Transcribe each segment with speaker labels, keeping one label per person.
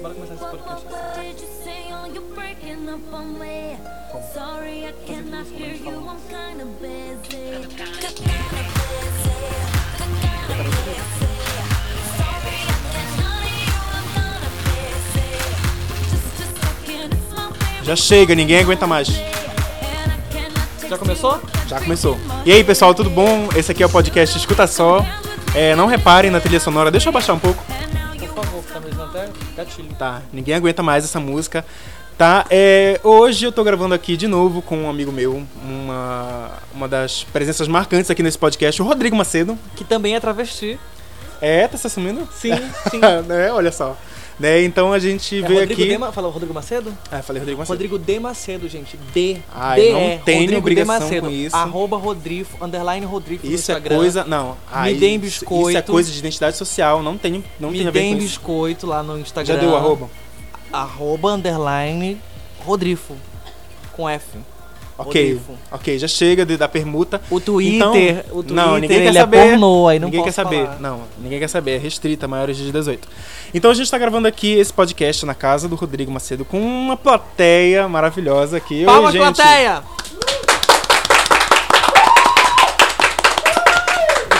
Speaker 1: Bora começar esse podcast.
Speaker 2: oh, Sorry, I cannot hear you. I'm kinda busy. Sorry, I cannot hear you. I'm kinda busy. Just a second, it's my favorite
Speaker 3: Já chega, ninguém aguenta mais.
Speaker 2: and I cannot take
Speaker 1: Já começou?
Speaker 3: Já começou. E aí, pessoal, tudo bom? Esse aqui é o podcast Escuta Só. É, não reparem na trilha sonora, deixa eu baixar um pouco.
Speaker 1: Por favor, que tá me dando até gatilho.
Speaker 3: Tá, ninguém aguenta mais essa música. Tá, é, hoje eu tô gravando aqui de novo com um amigo meu, uma, uma das presenças marcantes aqui nesse podcast, o Rodrigo Macedo.
Speaker 1: Que também é travesti.
Speaker 3: É, tá se assumindo?
Speaker 1: Sim, sim.
Speaker 3: né? Olha só. Né? Então a gente
Speaker 1: É
Speaker 3: veio
Speaker 1: Rodrigo
Speaker 3: aqui.
Speaker 1: De Ma- Fala Rodrigo Macedo?
Speaker 3: Ah, falei Rodrigo Macedo.
Speaker 1: Rodrigo D. Macedo, gente. D.
Speaker 3: Ai,
Speaker 1: D.
Speaker 3: não
Speaker 1: é,
Speaker 3: tenho
Speaker 1: Rodrigo
Speaker 3: obrigação
Speaker 1: D. Macedo.
Speaker 3: com isso.
Speaker 1: Arroba Rodrigo, underline Rodrigo no
Speaker 3: Isso é
Speaker 1: Instagram.
Speaker 3: coisa. Não. Ai,
Speaker 1: deem
Speaker 3: isso- Isso é
Speaker 1: biscoito.
Speaker 3: coisa de identidade social. Não tem, não tem
Speaker 1: Me
Speaker 3: a ver
Speaker 1: deem
Speaker 3: com isso.
Speaker 1: biscoito lá no Instagram.
Speaker 3: Já deu o arroba?
Speaker 1: Arroba, underline, Rodrifo. Com F.
Speaker 3: Ok.
Speaker 1: Rodrigo.
Speaker 3: Ok, já chega de- da permuta.
Speaker 1: O Twitter,
Speaker 3: Então,
Speaker 1: o Twitter,
Speaker 3: não, ninguém
Speaker 1: ele
Speaker 3: quer saber.
Speaker 1: é pornô, aí não
Speaker 3: ninguém
Speaker 1: posso
Speaker 3: quer saber.
Speaker 1: falar.
Speaker 3: Não, ninguém quer saber. É restrita, maiores de 18. Então a gente tá gravando aqui esse podcast na casa do Rodrigo Macedo com uma plateia maravilhosa aqui.
Speaker 1: Palmas,
Speaker 3: Oi, gente.
Speaker 1: plateia!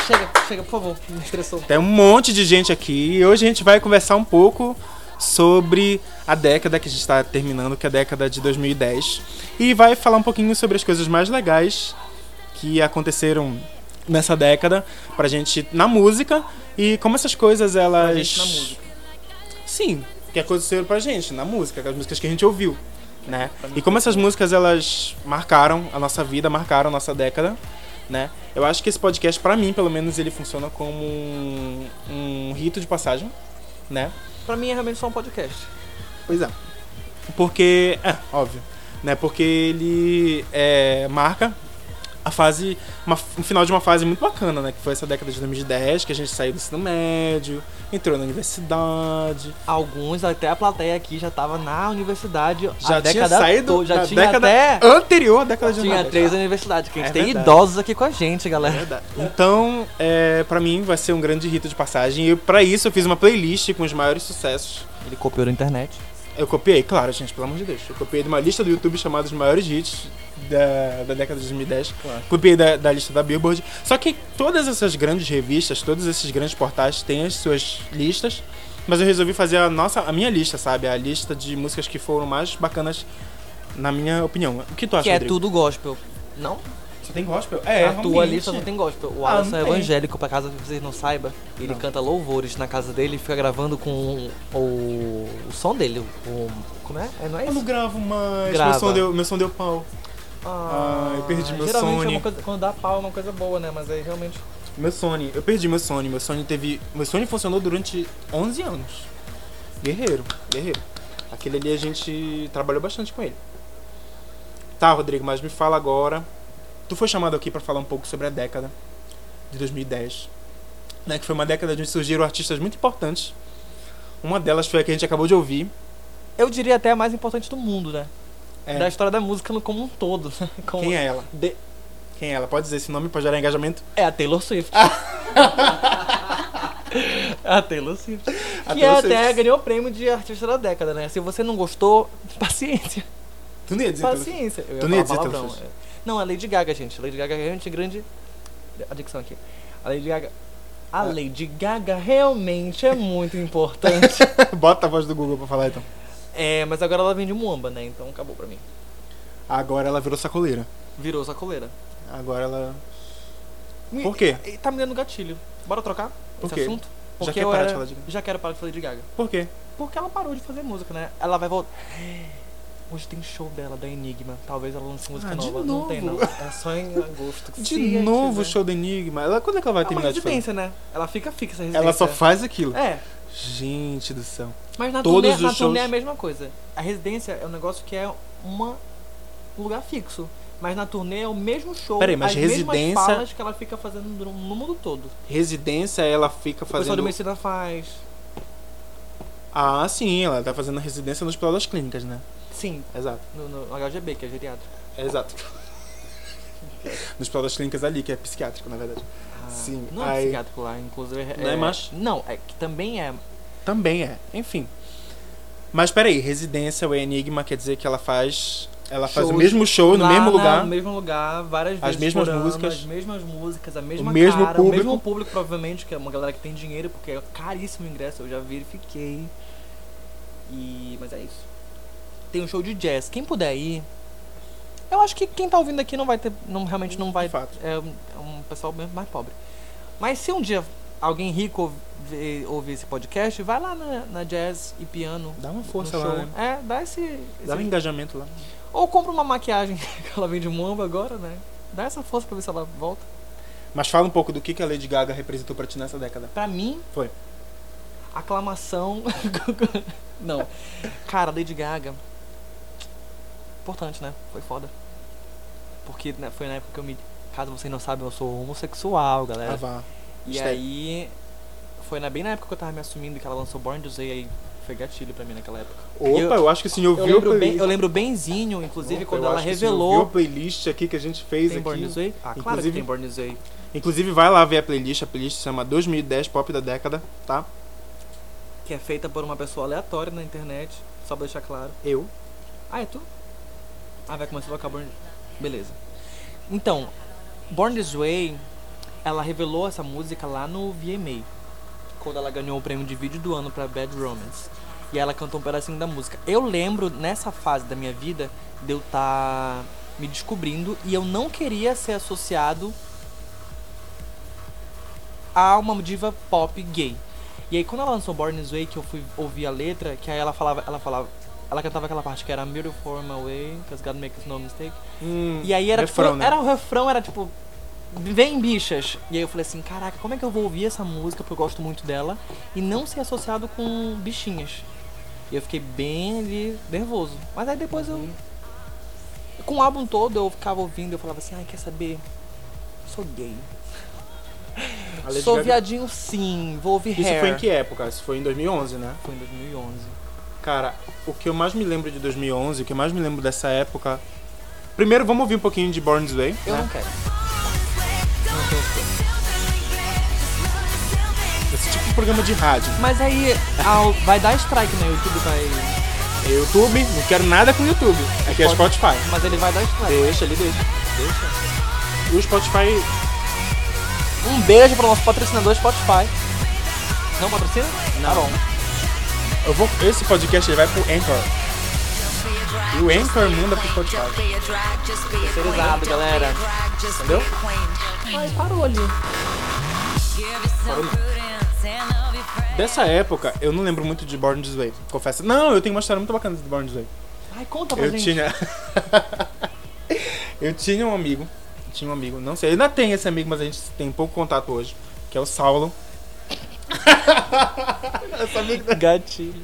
Speaker 1: Chega, chega, por favor. Me estressou.
Speaker 3: Tem um monte de gente aqui e hoje a gente vai conversar um pouco sobre a década que a gente está terminando, que é a década de 2010, e vai falar um pouquinho sobre as coisas mais legais que aconteceram nessa década pra gente na música e como essas coisas elas
Speaker 1: gente na música.
Speaker 3: Sim, que aconteceram pra gente na música, as músicas que a gente ouviu, né? E como essas músicas elas marcaram a nossa vida, marcaram a nossa década, né? Eu acho que esse podcast pra mim, pelo menos, ele funciona como um, um rito de passagem, né?
Speaker 1: Pra mim é realmente só um podcast.
Speaker 3: Pois é. Porque, é, óbvio, né? Porque ele é, marca a fase, uma- um final de uma fase muito bacana, né? Que foi essa década de 2010, que a gente saiu do ensino médio, entrou na universidade,
Speaker 1: Alguns, até a plateia aqui já tava na universidade.
Speaker 3: já
Speaker 1: a
Speaker 3: tinha
Speaker 1: década
Speaker 3: saído
Speaker 1: to- já
Speaker 3: da
Speaker 1: tinha
Speaker 3: década
Speaker 1: até.
Speaker 3: anterior à década de
Speaker 1: É. Tinha
Speaker 3: 90.
Speaker 1: três né? universidades, que a gente
Speaker 3: É
Speaker 1: tem
Speaker 3: verdade.
Speaker 1: idosos aqui com a gente, galera.
Speaker 3: Verdade. Então, é, para mim vai ser um grande rito de passagem e para isso eu fiz uma playlist com os maiores sucessos.
Speaker 1: Ele copiou na internet.
Speaker 3: Eu copiei, claro, gente, pelo amor de Deus. Eu copiei de uma lista do YouTube chamada Os Maiores Hits da, da década de 2010.
Speaker 1: Claro.
Speaker 3: Copiei da, da lista da Billboard. Só que todas essas grandes revistas, todos esses grandes portais têm as suas listas. Mas eu resolvi fazer a nossa, a minha lista, sabe? A lista de músicas que foram mais bacanas, na minha opinião. O que tu acha,
Speaker 1: que é
Speaker 3: Rodrigo?
Speaker 1: tudo gospel. Não?
Speaker 3: Só tem gospel? É,
Speaker 1: a tua
Speaker 3: realmente.
Speaker 1: lista não tem gospel. O
Speaker 3: Ah,
Speaker 1: Alisson
Speaker 3: não
Speaker 1: é
Speaker 3: tem.
Speaker 1: evangélico, pra caso vocês não saibam. Ele
Speaker 3: Não.
Speaker 1: canta louvores na casa dele e fica gravando com o, o som dele. O, como é? é não é
Speaker 3: Eu
Speaker 1: isso?
Speaker 3: não gravo mais.
Speaker 1: Grava.
Speaker 3: Meu som deu, meu som deu pau.
Speaker 1: Ah,
Speaker 3: Ai, perdi meu
Speaker 1: geralmente
Speaker 3: Sony.
Speaker 1: é uma coisa- quando dá pau é uma coisa boa, né? Mas aí realmente.
Speaker 3: Meu Sony, eu perdi meu Sony. Meu Sony teve, meu Sony funcionou durante 11 anos. Guerreiro, guerreiro. Aquele ali a gente trabalhou bastante com ele. Tá, Rodrigo, mas me fala agora. Tu foi chamado aqui pra falar um pouco sobre a década de 2010, né, que foi uma década onde surgiram artistas muito importantes. Uma delas foi a que a gente acabou de ouvir.
Speaker 1: Eu diria até a mais importante do mundo, né?
Speaker 3: É,
Speaker 1: Da história da música no- como um todo. né? Como-
Speaker 3: Quem é ela?
Speaker 1: de-
Speaker 3: Quem é ela? Pode dizer esse nome pra gerar engajamento?
Speaker 1: é a Taylor Swift. É a Taylor Swift. que é
Speaker 3: Taylor
Speaker 1: até
Speaker 3: Swift.
Speaker 1: ganhou o prêmio de artista da década, né? Se você não gostou, paciência.
Speaker 3: Tu não ia dizer Taylor Swift?
Speaker 1: Paciência. Eu ia
Speaker 3: então, Tu não ia
Speaker 1: falar
Speaker 3: dizer
Speaker 1: palavrão. é.
Speaker 3: Taylor
Speaker 1: Não, a Lady Gaga, gente. A Lady Gaga é realmente grande. Adicção aqui. A Lady Gaga.
Speaker 3: Ah.
Speaker 1: A Lady Gaga realmente é muito importante.
Speaker 3: Bota a voz do Google pra falar então.
Speaker 1: é, mas agora ela vende muamba, né? Então acabou pra mim.
Speaker 3: Agora ela virou sacoleira.
Speaker 1: Virou sacoleira.
Speaker 3: Agora ela.
Speaker 1: Me-
Speaker 3: Por quê?
Speaker 1: e Tá me dando gatilho. Bora trocar
Speaker 3: Por
Speaker 1: esse
Speaker 3: quê?
Speaker 1: assunto?
Speaker 3: Já
Speaker 1: Porque
Speaker 3: quer
Speaker 1: eu
Speaker 3: parar
Speaker 1: era-
Speaker 3: de falar de Gaga?
Speaker 1: Já quero parar de falar de Gaga.
Speaker 3: Por quê?
Speaker 1: Porque ela parou de fazer música, né? Ela vai voltar. Hoje tem show dela, da Enigma. Talvez ela lance música
Speaker 3: Ah, de
Speaker 1: nova. Não
Speaker 3: novo?
Speaker 1: tem, não. É só em agosto.
Speaker 3: De
Speaker 1: se
Speaker 3: novo o
Speaker 1: tiver.
Speaker 3: show do Enigma. Ela, quando é que ela vai
Speaker 1: É uma
Speaker 3: terminar de fazer?
Speaker 1: residência, né? Ela fica fixa, a residência.
Speaker 3: Ela só faz aquilo.
Speaker 1: É,
Speaker 3: Gente do céu.
Speaker 1: mas na,
Speaker 3: Todos
Speaker 1: turnê,
Speaker 3: os
Speaker 1: na turnê
Speaker 3: shows-
Speaker 1: é a mesma coisa. A residência é um negócio que é uma, um lugar fixo. Mas na turnê é o mesmo show,
Speaker 3: Peraí, mas
Speaker 1: as
Speaker 3: residência-
Speaker 1: mesmas falas que ela fica fazendo no, no mundo todo.
Speaker 3: Residência, ela fica
Speaker 1: O pessoal
Speaker 3: fazendo.
Speaker 1: do Messina faz.
Speaker 3: Ah, sim, ela tá fazendo residência no Hospital das Clínicas, né?
Speaker 1: Sim,
Speaker 3: Exato.
Speaker 1: no, no HGB, que é geriátrico.
Speaker 3: É exato. no Hospital das Clínicas ali, que é psiquiátrico, na verdade.
Speaker 1: Ah,
Speaker 3: Sim,
Speaker 1: Não é
Speaker 3: aí-
Speaker 1: psiquiátrico lá, inclusive.
Speaker 3: Não é mais?
Speaker 1: Não, é que também é.
Speaker 3: Também é. Enfim. Mas peraí, residência ou enigma quer dizer que ela faz. Ela faz o
Speaker 1: Shows
Speaker 3: mesmo show no
Speaker 1: Lá
Speaker 3: mesmo
Speaker 1: na-
Speaker 3: lugar.
Speaker 1: No mesmo lugar, várias
Speaker 3: As
Speaker 1: vezes.
Speaker 3: mesmas
Speaker 1: por ano,
Speaker 3: músicas.
Speaker 1: As mesmas músicas, a mesma
Speaker 3: mesmo
Speaker 1: cara, o
Speaker 3: público.
Speaker 1: mesmo público, provavelmente, que é uma galera que tem dinheiro, porque é caríssimo o ingresso, eu já verifiquei. E. Mas é isso. Tem um show de jazz. Quem puder ir. Eu acho que quem tá ouvindo aqui não vai ter. Não, realmente não vai.
Speaker 3: De fato.
Speaker 1: É um, é um pessoal mesmo mais pobre. Mas se um dia alguém rico ouvir, ouvir esse podcast, vai lá na, na jazz e piano.
Speaker 3: Dá uma
Speaker 1: no
Speaker 3: força lá,
Speaker 1: show.
Speaker 3: né?
Speaker 1: É, dá esse.
Speaker 3: Dá um
Speaker 1: esse
Speaker 3: engajamento lá.
Speaker 1: ou compra uma maquiagem que ela vende mamba agora, né? Dá essa força pra ver se ela volta.
Speaker 3: Mas fala um pouco do que, que a Lady Gaga representou pra ti nessa década.
Speaker 1: Pra mim.
Speaker 3: Foi.
Speaker 1: Aclamação. Não. Cara, Lady Gaga. Importante, né? Foi foda. Porque né, foi na época que eu me. Caso vocês não sabem, eu sou homossexual, galera.
Speaker 3: Ah, vá.
Speaker 1: e
Speaker 3: gostei.
Speaker 1: aí. Foi na, bem na época que eu tava me assumindo que ela lançou Born to Say, aí foi gatilho pra mim naquela época.
Speaker 3: Opa,
Speaker 1: Eu-
Speaker 3: eu, acho que o senhor
Speaker 1: Eu
Speaker 3: viu a
Speaker 1: lembro, bem,
Speaker 3: playlist.
Speaker 1: eu lembro benzinho, inclusive,
Speaker 3: Opa,
Speaker 1: quando
Speaker 3: eu
Speaker 1: ela
Speaker 3: acho que o senhor viu a
Speaker 1: revelou.
Speaker 3: playlist aqui que a gente fez
Speaker 1: Tem Born
Speaker 3: aqui.
Speaker 1: to Say? Ah, claro que
Speaker 3: Inclusive-
Speaker 1: tem Born to Say.
Speaker 3: Inclusive, vai lá ver a playlist. A playlist se chama 2010 Pop da Década, tá?
Speaker 1: que é feita por uma pessoa aleatória na internet, só pra deixar claro.
Speaker 3: Eu.
Speaker 1: Ah, é tu? Ah, vai começar a tocar Born... Beleza. Então, Born This Way, ela revelou essa música lá no VMA, quando ela ganhou o prêmio de vídeo do ano pra Bad Romance. E ela cantou um pedacinho da música. Eu lembro, nessa fase da minha vida, de eu estar me descobrindo e eu não queria ser associado a uma diva pop gay. E aí quando ela lançou Born This Way, que eu fui ouvir a letra, que aí ela falava, ela falava, ela cantava aquela parte que era I'm Beautiful in My Way, cause God makes no mistake.
Speaker 3: Hum,
Speaker 1: E aí era
Speaker 3: refrão,
Speaker 1: tipo,
Speaker 3: né?
Speaker 1: era o refrão, era tipo, vem bichas. E aí eu falei assim, caraca, como é que eu vou ouvir essa música, porque eu gosto muito dela, e não ser associado com bichinhas. E eu fiquei bem ali, nervoso. Mas aí depois eu. Com o álbum todo eu ficava ouvindo, eu falava assim, ai, quer saber? Sou gay.
Speaker 3: A Lady
Speaker 1: Sou
Speaker 3: Gaga-
Speaker 1: viadinho sim, vou ouvir
Speaker 3: Isso
Speaker 1: Hair.
Speaker 3: foi em que época? Isso foi em 2011, né?
Speaker 1: Foi em 2011.
Speaker 3: Cara, o que eu mais me lembro de 2011, o que eu mais me lembro dessa época... Primeiro, vamos ouvir um pouquinho de Born This Way,
Speaker 1: Eu
Speaker 3: né?
Speaker 1: não quero.
Speaker 3: Esse tipo de programa de rádio.
Speaker 1: Mas aí ao- vai dar strike no YouTube, vai.
Speaker 3: É YouTube, não quero nada com o YouTube. Aqui é
Speaker 1: Pode-
Speaker 3: Spotify.
Speaker 1: Mas ele vai dar strike.
Speaker 3: Deixa, ele deixa. Deixa. E o Spotify...
Speaker 1: Um beijo pro nosso patrocinador Spotify. Não patrocina? Tá bom.
Speaker 3: Eu vou, esse podcast ele vai pro Anchor. E o Anchor manda pro Spotify.
Speaker 1: Terceirizado, galera. Entendeu? Ai, parou ali.
Speaker 3: Dessa época, eu não lembro muito de Born This Way, confesso. Não, eu tenho uma história muito bacana de Born This Way.
Speaker 1: Ai, conta pra
Speaker 3: Eu
Speaker 1: gente.
Speaker 3: tinha. eu tinha um amigo. Tinha um amigo, não sei. Ainda tem esse amigo, mas a gente tem pouco contato hoje. Que é o Saulo.
Speaker 1: um Gatilho.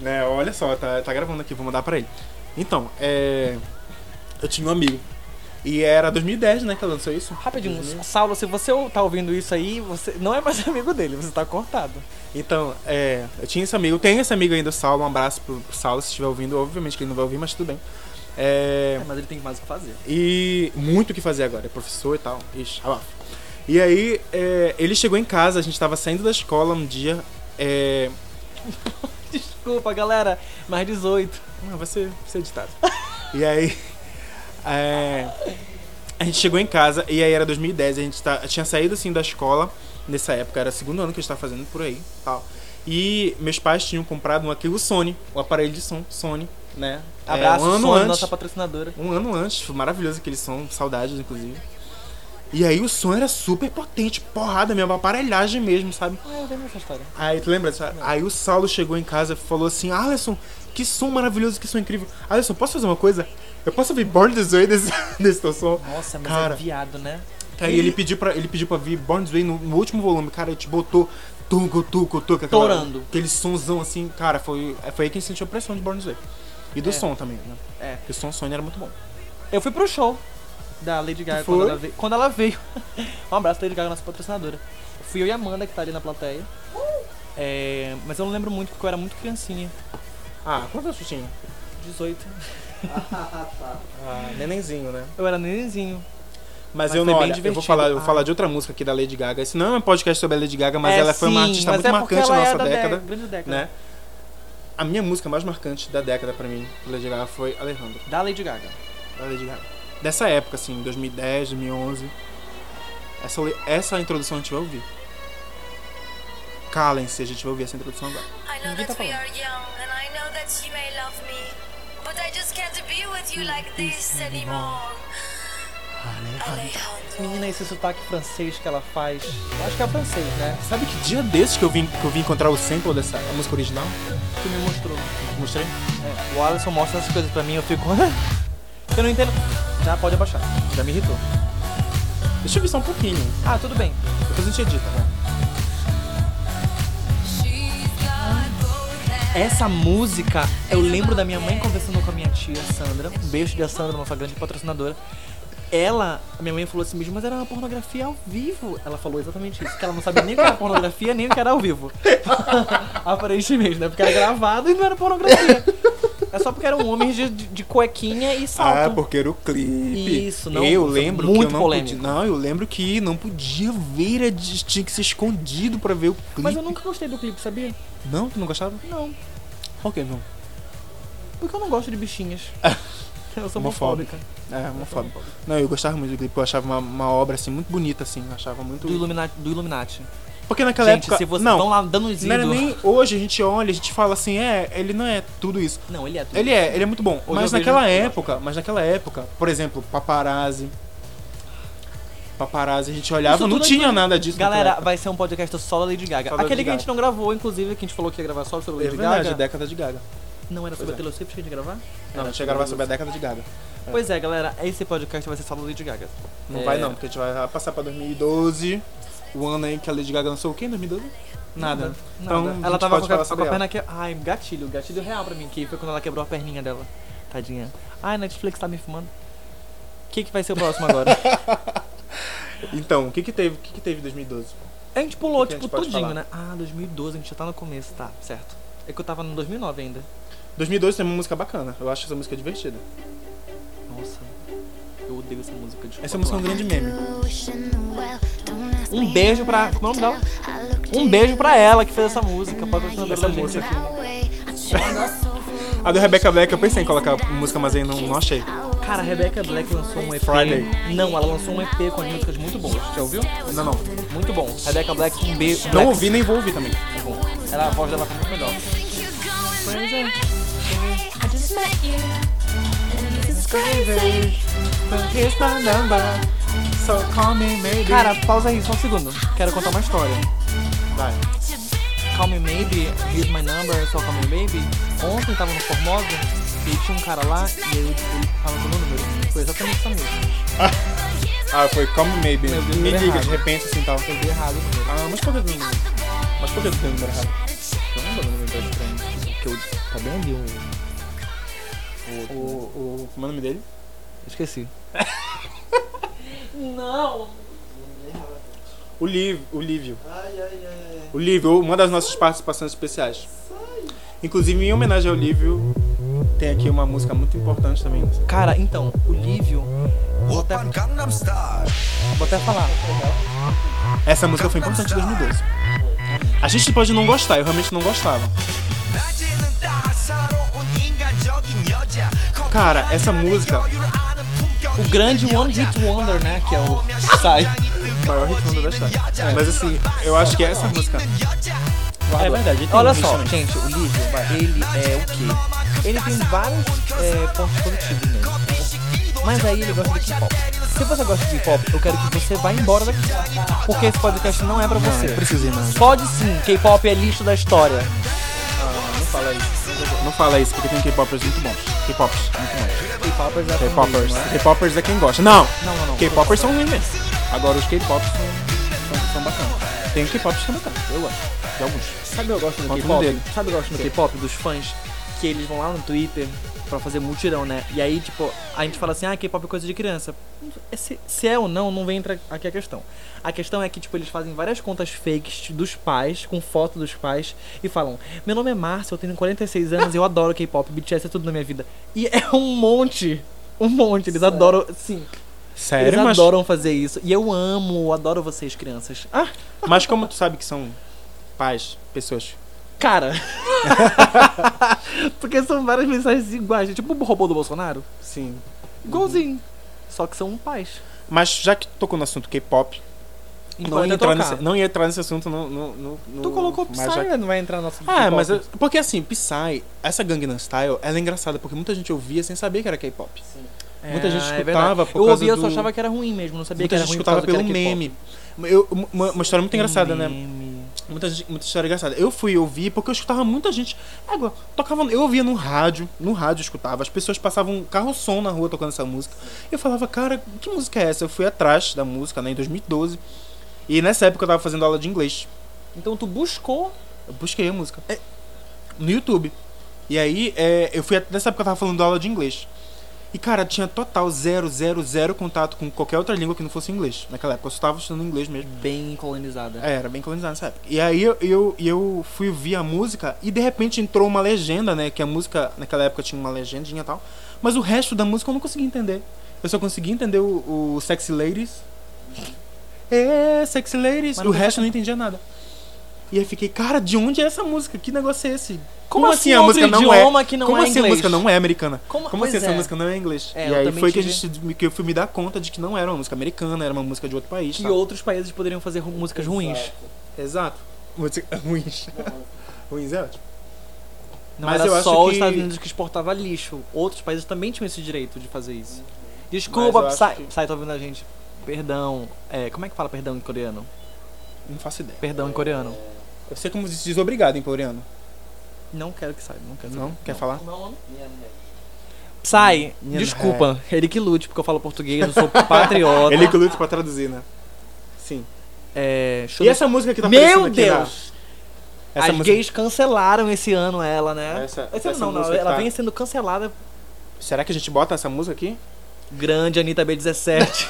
Speaker 3: Né, olha só, tá, tá gravando aqui, vou mandar pra ele. Então, é. Eu tinha um amigo. E era 2010, né, que ela lançou isso?
Speaker 1: Rapidinho, Saulo, se você tá ouvindo isso aí, você não é mais amigo dele, você tá cortado.
Speaker 3: Então, é, eu tinha esse amigo, tenho esse amigo ainda, o Saulo. Um abraço pro, pro Saulo, se estiver ouvindo. Obviamente que ele não vai ouvir, mas tudo bem. É,
Speaker 1: É, mas ele tem mais o que fazer.
Speaker 3: E muito o que fazer agora, é professor e tal. Ixi, abafa. E aí, é, ele chegou em casa, a gente tava saindo da escola um dia. É...
Speaker 1: Desculpa, galera. Mais 18.
Speaker 3: Não, vai ser, vai ser editado. e aí. é, A gente chegou em casa, e aí era 2010, a gente tá, tinha saído assim da escola nessa época, era o segundo ano que a gente tava fazendo por aí tal. E meus pais tinham comprado um aquilo Sony, o aparelho de som Sony, né? É,
Speaker 1: Abraço,
Speaker 3: um ano
Speaker 1: Sony,
Speaker 3: antes.
Speaker 1: nossa patrocinadora.
Speaker 3: Um ano antes, foi maravilhoso aquele som, saudades, inclusive. E aí o som era super potente, porrada mesmo, aparelhagem mesmo, sabe?
Speaker 1: Ah, eu lembro essa história.
Speaker 3: Aí, tu lembra?
Speaker 1: É.
Speaker 3: dessa- Aí o Saulo chegou em casa e falou assim, Alisson, que som maravilhoso, que som incrível. Alisson, posso fazer uma coisa? Eu posso ouvir Born This Way desse, desse teu som?
Speaker 1: Nossa, mas
Speaker 3: Cara.
Speaker 1: é viado, né?
Speaker 3: Aí ele pediu pra, ele pediu pra vir Born This Way no, no último volume, cara, ele te botou tuco, tuco, tuco. aquela-
Speaker 1: Torando.
Speaker 3: Aquele sonzão assim, cara, foi, foi aí que a gente sentiu a pressão de Born This Way. E do
Speaker 1: É.
Speaker 3: som também, né?
Speaker 1: É.
Speaker 3: Porque o som Sony era muito bom.
Speaker 1: Eu fui pro show da Lady Gaga
Speaker 3: Foi?
Speaker 1: quando ela, veio, quando ela veio. um abraço, Lady Gaga, nossa patrocinadora. Fui eu e a Amanda, que tá ali na plateia. É, mas eu não lembro muito, porque eu era muito criancinha.
Speaker 3: Ah, quanto é o tinha?
Speaker 1: 18.
Speaker 3: Ah, nenenzinho, né?
Speaker 1: Eu era nenenzinho.
Speaker 3: Mas,
Speaker 1: Mas
Speaker 3: eu
Speaker 1: foi
Speaker 3: não,
Speaker 1: bem
Speaker 3: olha, eu vou
Speaker 1: divertido.
Speaker 3: falar, eu vou
Speaker 1: Ah.
Speaker 3: falar de outra música aqui da Lady Gaga. Esse não é um podcast sobre a Lady Gaga, mas
Speaker 1: É,
Speaker 3: ela foi uma
Speaker 1: sim,
Speaker 3: artista
Speaker 1: mas
Speaker 3: muito
Speaker 1: é porque
Speaker 3: marcante
Speaker 1: ela
Speaker 3: na
Speaker 1: é
Speaker 3: nossa
Speaker 1: da
Speaker 3: década,
Speaker 1: grande década.
Speaker 3: né? A minha música mais marcante da década pra mim, da Lady Gaga, foi Alejandro,
Speaker 1: Da Lady Gaga.
Speaker 3: da Lady Gaga. Dessa época, assim, 2010, 2011. Essa, le- essa introdução a gente vai ouvir. Calem-se, a gente vai ouvir essa introdução agora.
Speaker 2: I know
Speaker 1: Ninguém tá
Speaker 2: that we are young and I know that you may love me, but I just can't be with you like this anymore. Alejandro.
Speaker 1: Menina, esse sotaque francês que ela faz. Eu acho que é francês, né?
Speaker 3: Sabe que dia desses que eu vim, que eu vim encontrar o sample dessa a música original?
Speaker 1: Tu me mostrou.
Speaker 3: Mostrei?
Speaker 1: É, o Alisson mostra essas coisas pra mim, eu fico. eu não entendo. Já pode abaixar.
Speaker 3: Já me irritou. Deixa eu ver só um pouquinho.
Speaker 1: Ah, tudo bem.
Speaker 3: Depois a gente edita, né? vai.
Speaker 2: She's got both hands.
Speaker 1: Essa música, eu lembro da minha mãe conversando com a minha tia Sandra. Um beijo da Sandra, nossa grande patrocinadora. Ela, a minha mãe falou assim mesmo, mas era uma pornografia ao vivo. Ela falou exatamente isso, que ela não sabia nem o que era pornografia, nem o que era ao vivo. Aparentemente, né? Porque era gravado e não era pornografia. É só porque eram homens de, de, de cuequinha e
Speaker 3: Ah,
Speaker 1: salto.
Speaker 3: porque era o clipe.
Speaker 1: Isso, não,
Speaker 3: Eu
Speaker 1: foi
Speaker 3: lembro
Speaker 1: muito
Speaker 3: que eu não
Speaker 1: polêmico.
Speaker 3: podia. Não, eu lembro que não podia ver, a dis- tinha que ser escondido pra ver o clipe.
Speaker 1: mas eu nunca gostei do clipe, sabia?
Speaker 3: Não, tu não gostava?
Speaker 1: Não,
Speaker 3: Ok, não.
Speaker 1: porque eu não gosto de bichinhas. Eu sou
Speaker 3: Homofóbica.
Speaker 1: homofóbica.
Speaker 3: É, homofóbico. Não, eu gostava muito do clipe, eu achava uma, uma obra assim muito bonita, assim, eu achava muito.
Speaker 1: Do Illuminati. Do Illuminati.
Speaker 3: Porque naquela
Speaker 1: Gente,
Speaker 3: época.
Speaker 1: se vocês
Speaker 3: é não,
Speaker 1: vão lá dando um os
Speaker 3: não era
Speaker 1: ídolos-
Speaker 3: nem hoje a gente olha, a gente fala assim, é, ele não é tudo isso.
Speaker 1: Não, ele é tudo.
Speaker 3: Ele é, ele é muito bom.
Speaker 1: eu
Speaker 3: mas
Speaker 1: vejo
Speaker 3: naquela
Speaker 1: muito legal.
Speaker 3: época, mas naquela época, por exemplo, paparazzi. Paparazzi, a gente
Speaker 1: Isso
Speaker 3: olhava,
Speaker 1: tudo
Speaker 3: não
Speaker 1: é
Speaker 3: tinha
Speaker 1: tudo-
Speaker 3: nada disso. naquela
Speaker 1: Galera,
Speaker 3: época.
Speaker 1: vai ser um podcast só da Lady Gaga.
Speaker 3: Só da
Speaker 1: Aquele
Speaker 3: Lady
Speaker 1: que a gente
Speaker 3: Gaga.
Speaker 1: não gravou, inclusive, que a gente falou que ia gravar só sobre a
Speaker 3: É
Speaker 1: Lady
Speaker 3: verdade,
Speaker 1: Gaga.
Speaker 3: década de Gaga.
Speaker 1: Não era sobre
Speaker 3: Pois é.
Speaker 1: a Taylor Swift que a gente ia gravar?
Speaker 3: Não,
Speaker 1: Era
Speaker 3: a gente vai gravar sobre a década de Gaga.
Speaker 1: Pois é, galera, esse podcast vai ser só da Lady Gaga.
Speaker 3: Não
Speaker 1: É.
Speaker 3: vai não, porque a gente vai passar pra 2012, o ano aí que a Lady Gaga lançou o quê em 2012? Nada. Então,
Speaker 1: Nada.
Speaker 3: a gente
Speaker 1: ela tava
Speaker 3: pode
Speaker 1: com a,
Speaker 3: falar
Speaker 1: com
Speaker 3: sobre
Speaker 1: a
Speaker 3: ela.
Speaker 1: perna que. Ai, gatilho, gatilho real pra mim, que foi quando ela quebrou a perninha dela. Tadinha. Ai, Netflix tá me filmando. O que, que vai ser o próximo agora?
Speaker 3: Então, o que que teve, o que que teve em 2012?
Speaker 1: a gente pulou,
Speaker 3: O que a gente
Speaker 1: tipo,
Speaker 3: pode
Speaker 1: tudinho,
Speaker 3: falar?
Speaker 1: né? Ah, 2012, a gente já tá no começo, tá, certo. É que eu tava no 2009 ainda.
Speaker 3: 2012 tem uma música bacana, eu acho essa música divertida.
Speaker 1: Nossa, eu odeio essa música. desculpa,
Speaker 3: Essa música é um
Speaker 1: vamos lá.
Speaker 3: grande meme.
Speaker 4: Um beijo pra. Como é o nome dela? Um beijo pra ela que fez essa música. Pode continuar
Speaker 1: Essa
Speaker 4: dela gente
Speaker 1: música
Speaker 4: aqui.
Speaker 3: A do Rebecca Black, eu pensei em colocar música, mas aí não, não achei.
Speaker 1: Cara, a Rebecca Black lançou um EP.
Speaker 3: Friday.
Speaker 1: Não, ela lançou um EP com as músicas muito boas. Já ouviu?
Speaker 3: Não, não.
Speaker 1: Muito bom. Rebecca Black, um beijo.
Speaker 3: Não ouvi nem vou ouvir também.
Speaker 1: Ela, a voz dela foi muito melhor. Pois é. Cara, pausa aí, só um segundo. Quero contar uma história.
Speaker 3: Vai.
Speaker 1: Call Me Maybe, Here's My Number, só Call Me Maybe. Ontem tava no Formosa e tinha um cara lá e ele, ele tava dando meu número. Foi exatamente essa música.
Speaker 3: Ah, foi Come Maybe.
Speaker 1: Meu Deus,
Speaker 3: Me
Speaker 1: era
Speaker 3: liga
Speaker 1: errado.
Speaker 3: de repente assim tal.
Speaker 1: Eu dei errado o número.
Speaker 3: Ah, mas por que tu não. Mas por que tu tem o número errado? é Eu não lembro o número dele pra mim.
Speaker 1: Porque eu. Tá bem ali o.
Speaker 3: O, o, o. Como é o nome dele?
Speaker 1: Esqueci. Não!
Speaker 3: O Liv, o Lívio. O Lívio, uma das nossas participações especiais. Inclusive, em homenagem ao Lívio, tem aqui uma música muito importante também.
Speaker 1: Cara, então, o Lívio. Vou até,
Speaker 5: Gangnam Style.
Speaker 1: vou até falar.
Speaker 3: Essa música foi importante em 2012. A gente pode não gostar, eu realmente não gostava.
Speaker 5: 낮에는 따사로운 인간적인 여자.
Speaker 3: Cara, essa música, é
Speaker 1: O grande One Hit Wonder, né? Que é o. Sai.
Speaker 3: o maior ritmo da história. Mas assim, eu acho que essa música.
Speaker 1: É
Speaker 3: adoro.
Speaker 1: verdade.
Speaker 3: E tem
Speaker 1: Olha
Speaker 3: um
Speaker 1: só,
Speaker 3: também.
Speaker 1: gente, o livro, ele é o quê? Ele tem vários é, pontos positivos nele. né? Mas aí ele gosta de K-pop. Se você gosta de K-pop, eu quero que você vá embora daqui. Porque esse podcast não é pra você.
Speaker 3: Precisa ir, mano.
Speaker 1: Pode sim, K-pop é lixo da história.
Speaker 3: Ah, Não fala isso. Não fala isso, porque tem K-popers muito bons. K-popers, muito bons.
Speaker 1: K-pop é exatamente
Speaker 3: K-popers.
Speaker 1: isso, não é?
Speaker 3: K-popers é quem gosta. Não!
Speaker 1: Não, não, não.
Speaker 3: K-popers são ruins mesmo. Agora os K-pops são, são, são bacanas. Tem K-pops que são bacanas. Eu gosto. De alguns.
Speaker 1: Sabe eu gosto do
Speaker 3: Conta um
Speaker 1: K-pop?
Speaker 3: dele.
Speaker 1: Sabe eu gosto do
Speaker 3: Sim.
Speaker 1: K-pop? Dos fãs que eles vão lá no Twitter pra fazer multirão, né? E aí, tipo, a gente fala assim, ah, K-pop é coisa de criança. Se, se é ou não, não vem entra aqui a questão. A questão é que, tipo, eles fazem várias contas fakes dos pais, com foto dos pais, e falam, meu nome é Márcio, eu tenho 46 anos, eu adoro K-pop, BTS é tudo na minha vida. E é um monte, um monte, eles adoram, sim.
Speaker 3: Sério,
Speaker 1: Eles
Speaker 3: mas,
Speaker 1: adoram fazer isso. E eu amo, adoro vocês, crianças. Ah,
Speaker 3: mas como tu sabe que são pais, pessoas?
Speaker 1: cara! Porque são várias mensagens iguais. Tipo o robô do Bolsonaro.
Speaker 3: Sim.
Speaker 1: Igualzinho. Só que são pais.
Speaker 3: Mas já que tu tocou no assunto K-pop, não,
Speaker 1: Pode até
Speaker 3: ia entrar
Speaker 1: trocar.
Speaker 3: nesse- não ia entrar nesse assunto no. no, no-
Speaker 1: Tu
Speaker 3: no-
Speaker 1: colocou Psy,
Speaker 3: mas já que-
Speaker 1: não vai entrar no nosso
Speaker 3: Ah,
Speaker 1: K-pop.
Speaker 3: mas. eu- Porque assim, Psy, essa Gangnam Style, ela é engraçada, porque muita gente ouvia sem saber que era K-pop. muita gente
Speaker 1: é verdade.
Speaker 3: escutava por
Speaker 1: Eu
Speaker 3: causa
Speaker 1: ouvia, eu só
Speaker 3: do-
Speaker 1: achava que era ruim mesmo, não sabia
Speaker 3: Muita
Speaker 1: que era
Speaker 3: gente
Speaker 1: ruim por
Speaker 3: escutava
Speaker 1: causa
Speaker 3: pelo
Speaker 1: que era K-pop.
Speaker 3: meme. Eu, uma, uma história muito engraçada, né?
Speaker 1: Meme.
Speaker 3: Muita, gente- muita história engraçada. Eu fui ouvir porque eu escutava muita gente. Água, tocava. Eu ouvia no rádio, no rádio eu escutava. As pessoas passavam um carro som na rua tocando essa música. Eu falava, cara, que música é essa? Eu fui atrás da música, né, em 2012. E nessa época eu tava fazendo aula de inglês.
Speaker 1: Então tu buscou
Speaker 3: Eu busquei a música. É, no YouTube. E aí, é, eu fui. at- Nessa época eu tava falando aula de inglês. E, cara, tinha total zero, zero, zero contato com qualquer outra língua que não fosse inglês. Naquela época eu só tava estudando inglês mesmo.
Speaker 1: bem colonizada.
Speaker 3: É, era bem colonizado nessa época. E aí eu, eu, eu fui ouvir a música e de repente entrou uma legenda, né? Que a música naquela época tinha uma legendinha e tal. Mas o resto da música eu não consegui entender. Eu só consegui entender o, o Sexy Ladies. É, Sexy
Speaker 1: Mas
Speaker 3: Ladies. O
Speaker 1: não
Speaker 3: resto eu não entendia nada. E aí fiquei, cara, de onde é essa música? Que negócio é esse?
Speaker 1: Como assim outro idioma que não
Speaker 3: Como
Speaker 1: é
Speaker 3: assim a
Speaker 1: inglês?
Speaker 3: música não é americana?
Speaker 1: Como-
Speaker 3: Como
Speaker 1: pois
Speaker 3: assim essa
Speaker 1: é.
Speaker 3: música não é inglês?
Speaker 1: É,
Speaker 3: e
Speaker 1: eu
Speaker 3: aí
Speaker 1: também
Speaker 3: foi que, a
Speaker 1: tive-
Speaker 3: gente, que eu fui me dar conta de que não era uma música americana, era uma música de outro país.
Speaker 1: Que
Speaker 3: tal.
Speaker 1: outros países poderiam fazer ru- músicas ruins.
Speaker 3: Exato. Ruins. Ruins é ótimo.
Speaker 1: Não
Speaker 3: Mas
Speaker 1: era
Speaker 3: eu acho
Speaker 1: só os
Speaker 3: que-
Speaker 1: Estados Unidos que exportava lixo. Outros países também tinham esse direito de fazer isso. Desculpa,
Speaker 3: Mas eu acho
Speaker 1: sai,
Speaker 3: que-
Speaker 1: sai, tá ouvindo a gente. Perdão. É, como é que fala perdão em coreano?
Speaker 3: Não faço ideia.
Speaker 1: Perdão em coreano.
Speaker 3: Eu sei como se diz obrigado em coreano.
Speaker 1: Não quero que saia, não quero
Speaker 3: Não?
Speaker 1: saber.
Speaker 3: Quer falar?
Speaker 1: Sai,
Speaker 3: Minha-
Speaker 1: desculpa. Ele que lute, porque eu falo português, eu sou patriota.
Speaker 3: Ele que luta pra traduzir, né? Sim.
Speaker 1: É, deixa eu
Speaker 3: E
Speaker 1: ver-
Speaker 3: essa música que tá
Speaker 1: Meu
Speaker 3: aparecendo aqui
Speaker 1: Deus!
Speaker 3: na- Essa
Speaker 1: As
Speaker 3: música...
Speaker 1: gays cancelaram esse ano ela, né?
Speaker 3: Essa-
Speaker 1: esse ano
Speaker 3: essa
Speaker 1: não, não.
Speaker 3: música
Speaker 1: Ela
Speaker 3: tá-
Speaker 1: vem sendo cancelada.
Speaker 3: Será que a gente bota essa música aqui?
Speaker 1: Grande Anitta B17.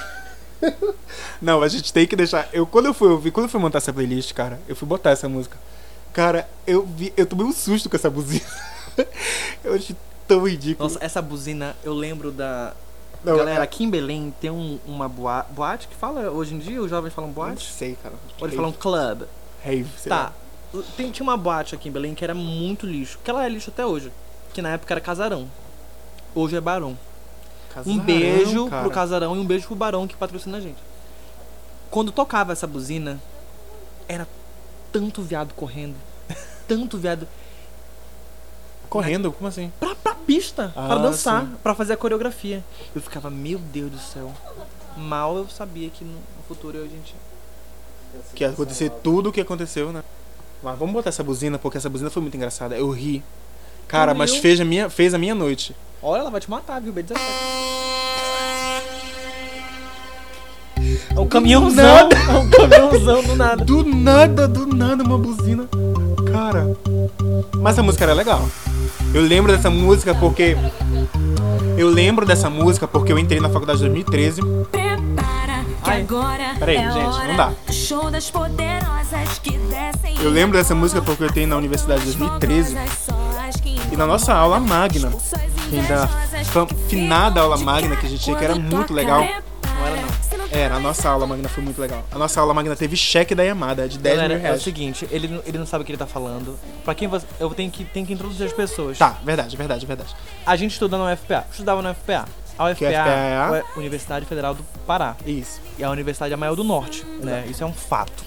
Speaker 3: Não, a gente tem que deixar. Eu quando eu fui ouvir, quando eu fui montar essa playlist, cara, eu fui botar essa música. Cara, eu vi, eu tomei um susto com essa buzina. eu achei tão ridículo.
Speaker 1: Nossa, essa buzina, eu lembro da.
Speaker 3: Não,
Speaker 1: Galera,
Speaker 3: eu-
Speaker 1: aqui em Belém tem um- uma boa- boate que fala. Hoje em dia os jovens falam
Speaker 3: não
Speaker 1: boate?
Speaker 3: sei, cara.
Speaker 1: Ou eles falam club?
Speaker 3: Rave, sei lá.
Speaker 1: Tá. Tem, tinha uma boate aqui em Belém que era muito lixo. Que ela é lixo até hoje. Que na época era casarão. Hoje é barão. Um
Speaker 3: Casarão,
Speaker 1: beijo
Speaker 3: cara.
Speaker 1: pro casarão e um beijo pro barão que patrocina a gente. Quando tocava essa buzina, era tanto viado correndo, tanto viado
Speaker 3: Correndo, como assim?
Speaker 1: pra, pra pista,
Speaker 3: Ah,
Speaker 1: pra dançar,
Speaker 3: sim.
Speaker 1: pra fazer a coreografia. Eu ficava, meu Deus do céu. Mal eu sabia que no futuro a gente.
Speaker 3: que ia acontecer tudo o que aconteceu, né? Mas vamos botar essa buzina, porque essa buzina foi muito engraçada. Eu ri. Cara,
Speaker 1: Tu
Speaker 3: mas
Speaker 1: riu?
Speaker 3: fez a, minha, fez a minha noite.
Speaker 1: Olha, ela vai te matar, viu? B17. É um caminhãozão, é um caminhãozão do nada.
Speaker 3: Do nada, do nada, uma buzina. Cara. Mas a música era legal. Eu lembro dessa música porque. Eu lembro dessa música porque eu entrei na faculdade em 2013.
Speaker 2: Prepara que
Speaker 1: Ai.
Speaker 2: agora
Speaker 3: Peraí,
Speaker 2: é
Speaker 3: gente, não
Speaker 2: hora
Speaker 3: dá.
Speaker 2: do Show das poderosas que descem
Speaker 3: Eu lembro dessa
Speaker 2: e
Speaker 3: música
Speaker 2: rolam,
Speaker 3: porque eu tenho na universidade em 2013.
Speaker 2: famosas, só as que
Speaker 3: E na nossa aula magna,
Speaker 2: As pulsões
Speaker 3: que ainda
Speaker 2: invejosas
Speaker 3: fam-
Speaker 2: que
Speaker 3: finada
Speaker 2: ficam
Speaker 3: aula
Speaker 2: de
Speaker 3: magna
Speaker 2: cara
Speaker 3: que a gente tinha, que era
Speaker 2: quando
Speaker 3: muito
Speaker 2: toca.
Speaker 3: legal.
Speaker 1: Não era, não.
Speaker 2: Se não
Speaker 3: Era, a nossa aula magna foi muito legal. A nossa aula magna teve cheque da Yamada de 10
Speaker 1: Galera,
Speaker 3: mil
Speaker 1: é o
Speaker 3: reais.
Speaker 1: seguinte, ele, não- ele não sabe o que ele tá falando. Pra quem você. Eu tenho que, tenho que introduzir as pessoas.
Speaker 3: Tá, verdade, verdade, verdade.
Speaker 1: A gente estuda na UFPA. Estudava na UFPA. A UFPA
Speaker 3: é
Speaker 1: é
Speaker 3: a-
Speaker 1: a Universidade Federal do Pará.
Speaker 3: Isso.
Speaker 1: E a Universidade é a maior do norte,
Speaker 3: Tá.
Speaker 1: né? Isso é um fato.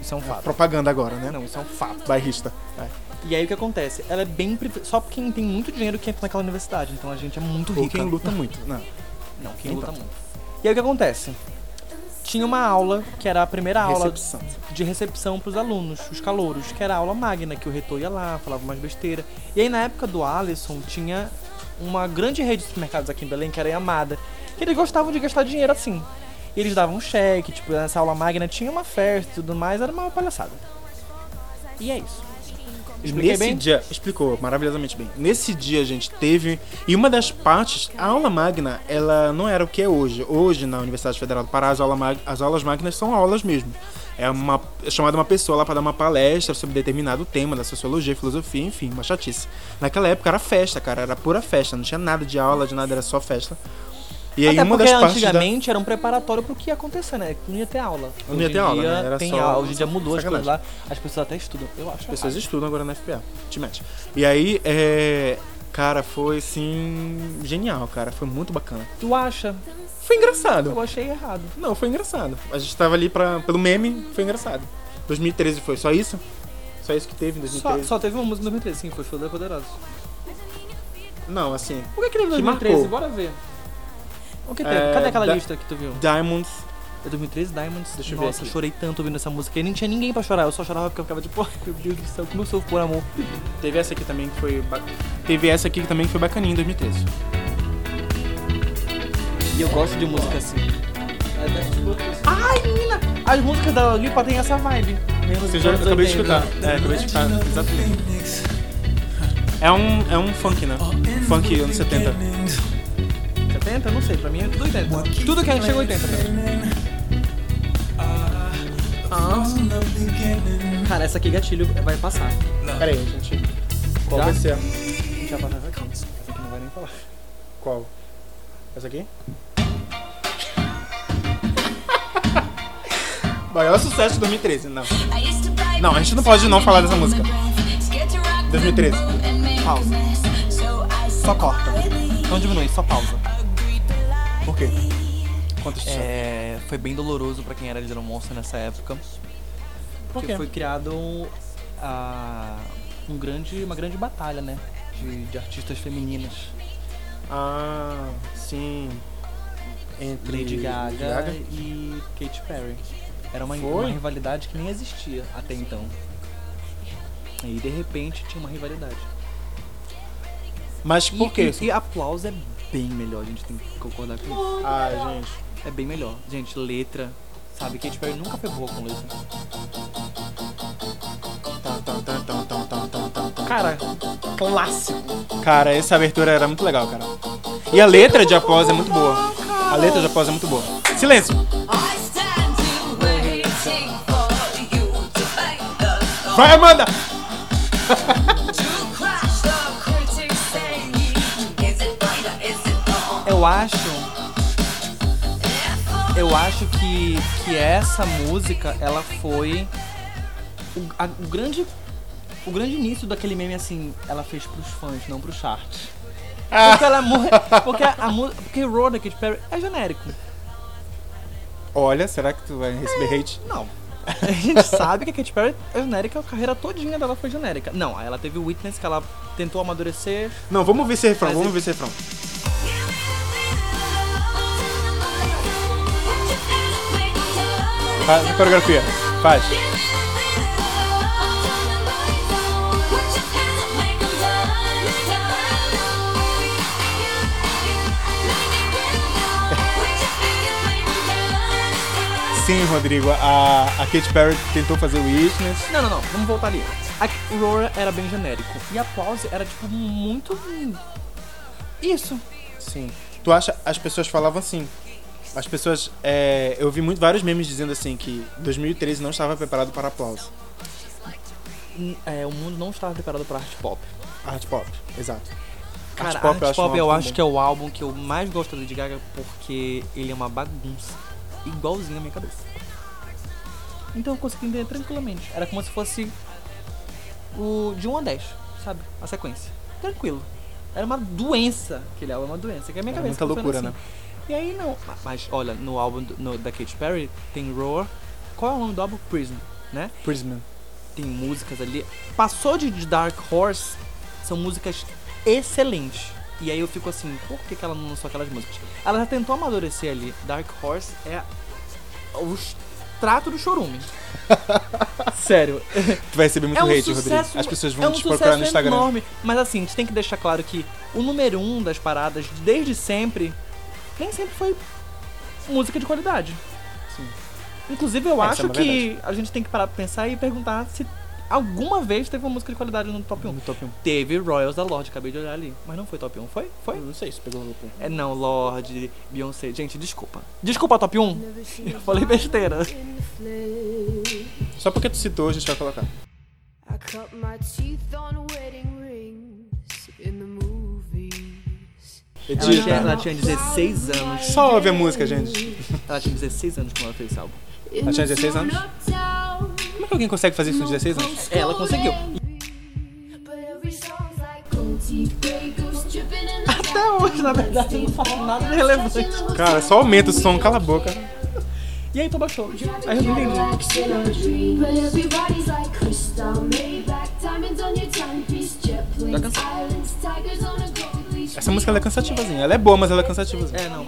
Speaker 1: Isso é um fato.
Speaker 3: Propaganda agora, né?
Speaker 1: Não, isso é um fato.
Speaker 3: Bairrista. Vai.
Speaker 1: E aí o que acontece? Ela é bem. privi- Só quem tem muito dinheiro que entra naquela universidade. Então a gente é muito
Speaker 3: Ou
Speaker 1: rica.
Speaker 3: quem luta muito. né? Não.
Speaker 1: Não, quem luta muito. E aí o que acontece? Tinha uma aula que era a primeira aula
Speaker 3: Recepção.
Speaker 1: de recepção pros alunos, os calouros, que era a aula magna, que o reitor ia lá, falava umas besteira. E aí na época do Alisson tinha uma grande rede de supermercados aqui em Belém, que era a Yamada, que eles gostavam de gastar dinheiro assim. E eles davam um cheque, tipo, nessa aula magna tinha uma festa e tudo mais, era uma palhaçada. E é isso. Expliquei
Speaker 3: Nesse
Speaker 1: bem?
Speaker 3: dia, explicou maravilhosamente bem. Nesse dia, gente, teve. E uma das partes, a aula magna, ela não era o que é hoje. Hoje, na Universidade Federal do Pará, as, aula mag- as aulas magnas são aulas mesmo. É, uma, é chamada uma pessoa lá pra dar uma palestra sobre determinado tema da sociologia, filosofia, enfim, uma chatice. Naquela época era festa, cara, era pura festa, não tinha nada de aula, de nada, era só festa. E aí
Speaker 1: Até
Speaker 3: uma
Speaker 1: porque
Speaker 3: das partes da...
Speaker 1: antigamente era um preparatório pro que ia acontecer, né? Não ia ter aula.
Speaker 3: Não ia
Speaker 1: Hoje
Speaker 3: ter
Speaker 1: em
Speaker 3: aula,
Speaker 1: dia
Speaker 3: né? Era
Speaker 1: tem
Speaker 3: só
Speaker 1: aula. Hoje em dia mudou as coisas
Speaker 3: sacanagem.
Speaker 1: lá. As pessoas até estudam, eu acho.
Speaker 3: As pessoas estudam agora na FPA. Te mete. E aí, é... Cara, foi, assim, genial, cara. Foi muito bacana.
Speaker 1: Tu acha?
Speaker 3: Foi engraçado.
Speaker 1: Eu achei errado.
Speaker 3: Não, foi engraçado. A gente tava ali pra, pelo meme, foi engraçado. 2013 foi só isso? Só isso que teve em
Speaker 1: Só,
Speaker 3: 2013?
Speaker 1: só teve uma música em 2013, sim, foi Show da Poderosa.
Speaker 3: Não, assim,
Speaker 1: O que, que teve em
Speaker 3: Que
Speaker 1: 2013?
Speaker 3: marcou.
Speaker 1: Bora ver. O que teve?
Speaker 3: É,
Speaker 1: Cadê aquela
Speaker 3: da-
Speaker 1: lista que tu viu?
Speaker 3: Diamonds.
Speaker 1: É 2013, Diamonds.
Speaker 3: Deixa eu ver
Speaker 1: Nossa,
Speaker 3: aqui.
Speaker 1: chorei tanto ouvindo essa música. E nem tinha ninguém pra chorar, eu só chorava porque eu ficava tipo, "Ai, meu Deus do céu, como eu sou por amor.
Speaker 3: Teve essa aqui também que foi. ba- Teve essa aqui também que foi bacaninha em 2013.
Speaker 1: E eu gosto de música assim. Ai, menina! As músicas da Lipa tem essa vibe.
Speaker 3: Você já acabei
Speaker 1: né?
Speaker 3: de escutar. É, acabei de escutar, exatamente. É um, é um funk, né? Funk anos 70.
Speaker 1: 70? Não sei, pra mim é tudo 80. Tudo que a gente chegou 80. pra mim. Ah, Cara, essa aqui gatilho vai passar.
Speaker 3: Pera aí, gente. Qual
Speaker 1: Já?
Speaker 3: vai ser?
Speaker 1: Já passar essa aqui. Essa aqui não vai nem falar.
Speaker 3: Qual? Essa aqui? Maior sucesso de 2013, não.
Speaker 2: Não, a gente não pode não falar dessa música.
Speaker 3: 2013.
Speaker 2: Pausa.
Speaker 1: Só corta. Não Então, diminui, só pausa.
Speaker 3: Por quê? Conta isso.
Speaker 1: É, foi bem doloroso pra quem era Little Monster nessa época. Porque
Speaker 3: quê?
Speaker 1: foi criado ah, um grande, uma grande batalha, né? De, de artistas femininas.
Speaker 3: Ah, sim. Entre
Speaker 1: Lady Gaga, e Katy Perry. Era uma,
Speaker 3: Foi?
Speaker 1: uma rivalidade que nem existia até então. E de repente tinha uma rivalidade.
Speaker 3: Mas
Speaker 1: E-
Speaker 3: por quê?
Speaker 1: E, e aplauso é bem melhor, a gente tem que concordar com isso.
Speaker 3: Ah, gente.
Speaker 1: É bem melhor. Gente, letra. Sabe, Katy Perry nunca foi boa com letra. Cara, clássico.
Speaker 3: Cara, essa abertura era muito legal, cara. E a letra de após é muito boa. A letra de após é muito boa. Silêncio! Vai, Amanda!
Speaker 1: Eu acho. Eu acho que, que essa música, ela foi o, a- o grande. O grande início daquele meme assim, ela fez pros fãs, não pro chart. Porque ela mu- porque a, a mu- porque Road da Katy Perry é genérico.
Speaker 3: Olha, será que tu vai
Speaker 1: É.
Speaker 3: receber hate?
Speaker 1: Não. A gente sabe que a Katy Perry é genérica, a carreira todinha dela foi genérica. Não, aí ela teve o Witness que ela tentou amadurecer.
Speaker 3: Não, vamos ver esse refrão,
Speaker 1: Mas
Speaker 3: vamos
Speaker 1: e-
Speaker 3: ver esse refrão. Faz a coreografia. Faz. Sim, Rodrigo, a, a Katy Perry tentou fazer o Witness.
Speaker 1: Não, não, não, vamos voltar ali. A Aurora era bem genérico. E a Pause era, tipo, muito. Isso.
Speaker 3: Sim. Tu acha, as pessoas falavam assim. As pessoas. é, eu vi muito vários memes dizendo assim que 2013 não estava preparado para aplauso.
Speaker 1: Hum, é, o mundo não estava preparado pra arte pop.
Speaker 3: Art pop, exato.
Speaker 1: Cara,
Speaker 3: Art
Speaker 1: art
Speaker 3: pop
Speaker 1: pop,
Speaker 3: eu acho um álbum
Speaker 1: eu
Speaker 3: bom.
Speaker 1: acho que é o álbum que eu mais gosto da Lady Gaga porque ele é uma bagunça. Igualzinho à minha cabeça. Então eu consegui entender tranquilamente. Era como se fosse o de 1 a 10, sabe? A sequência. Tranquilo. Era uma doença aquele álbum, é uma doença. Que a minha
Speaker 3: Era
Speaker 1: cabeça
Speaker 3: muita loucura, né?
Speaker 1: funciona assim. E aí não. ma- Mas olha, no álbum do- no- da Katy Perry tem Roar. Qual é o nome do álbum? Prism, né?
Speaker 3: Prisman.
Speaker 1: tem músicas ali. Passou de de Dark Horse, são músicas excelentes. E aí eu fico assim, por que, que ela não lançou aquelas músicas? Ela já tentou amadurecer ali. Dark Horse é o extrato do chorume. Sério.
Speaker 3: Tu vai receber muito
Speaker 1: é um
Speaker 3: hate,
Speaker 1: sucesso.
Speaker 3: Rodrigo. As pessoas
Speaker 1: é
Speaker 3: vão
Speaker 1: um
Speaker 3: te procurar no
Speaker 1: sucesso
Speaker 3: Instagram.
Speaker 1: enorme. Mas assim, a gente tem que deixar claro que o número um das paradas, desde sempre, nem sempre foi música de qualidade.
Speaker 3: Sim.
Speaker 1: Inclusive, eu
Speaker 3: Essa é
Speaker 1: acho
Speaker 3: uma
Speaker 1: que a gente tem que parar pra pensar e perguntar se alguma vez teve uma música de qualidade no top 1.
Speaker 3: No top 1.
Speaker 1: Teve Royals da Lorde, acabei de olhar ali. Mas não foi top 1, foi? Foi?
Speaker 3: Não sei se pegou no grupo.
Speaker 1: É, não, Lorde, Beyoncé. Gente, desculpa. Desculpa, top 1. Eu falei besteira.
Speaker 3: Só porque tu citou, a gente vai colocar.
Speaker 1: É
Speaker 6: I cut my teeth on wedding rings in the movies.
Speaker 1: Ela tinha,
Speaker 3: Edita.
Speaker 1: ela tinha 16 anos.
Speaker 3: Só ouve a música, gente.
Speaker 1: Ela tinha 16 anos quando ela fez esse álbum.
Speaker 3: Ela tinha 16 anos. Como é que alguém consegue fazer isso com 16 anos?
Speaker 1: Ela conseguiu. Até hoje, na verdade, eu não falo nada de relevante.
Speaker 3: Cara, só aumenta o som, cala a boca.
Speaker 1: E aí tu baixou. Aí eu não entendi.
Speaker 3: Essa música ela é cansativazinha. Ela é boa, mas ela é cansativazinha.
Speaker 1: É, não.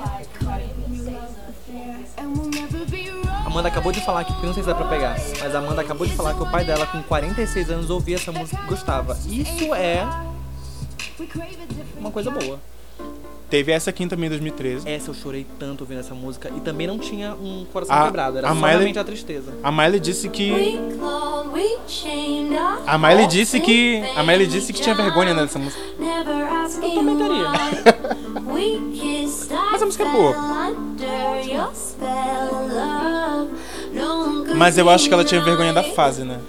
Speaker 1: Amanda acabou de falar que, porque não sei se dá pra pegar, mas a Amanda acabou de falar que o pai dela com 46 anos ouvia essa música e gostava. Isso é uma coisa boa.
Speaker 3: Teve essa aqui também em 2013.
Speaker 1: Essa eu chorei tanto ouvindo essa música e também não tinha um coração
Speaker 3: A-
Speaker 1: quebrado, era
Speaker 3: a Miley-
Speaker 1: somente a tristeza.
Speaker 3: A Miley disse que. A Miley disse que. A Miley disse que tinha vergonha né? nessa música.
Speaker 2: Eu
Speaker 1: também teria.
Speaker 2: Mas
Speaker 3: a música é boa. Mas eu acho que ela tinha vergonha da fase, né?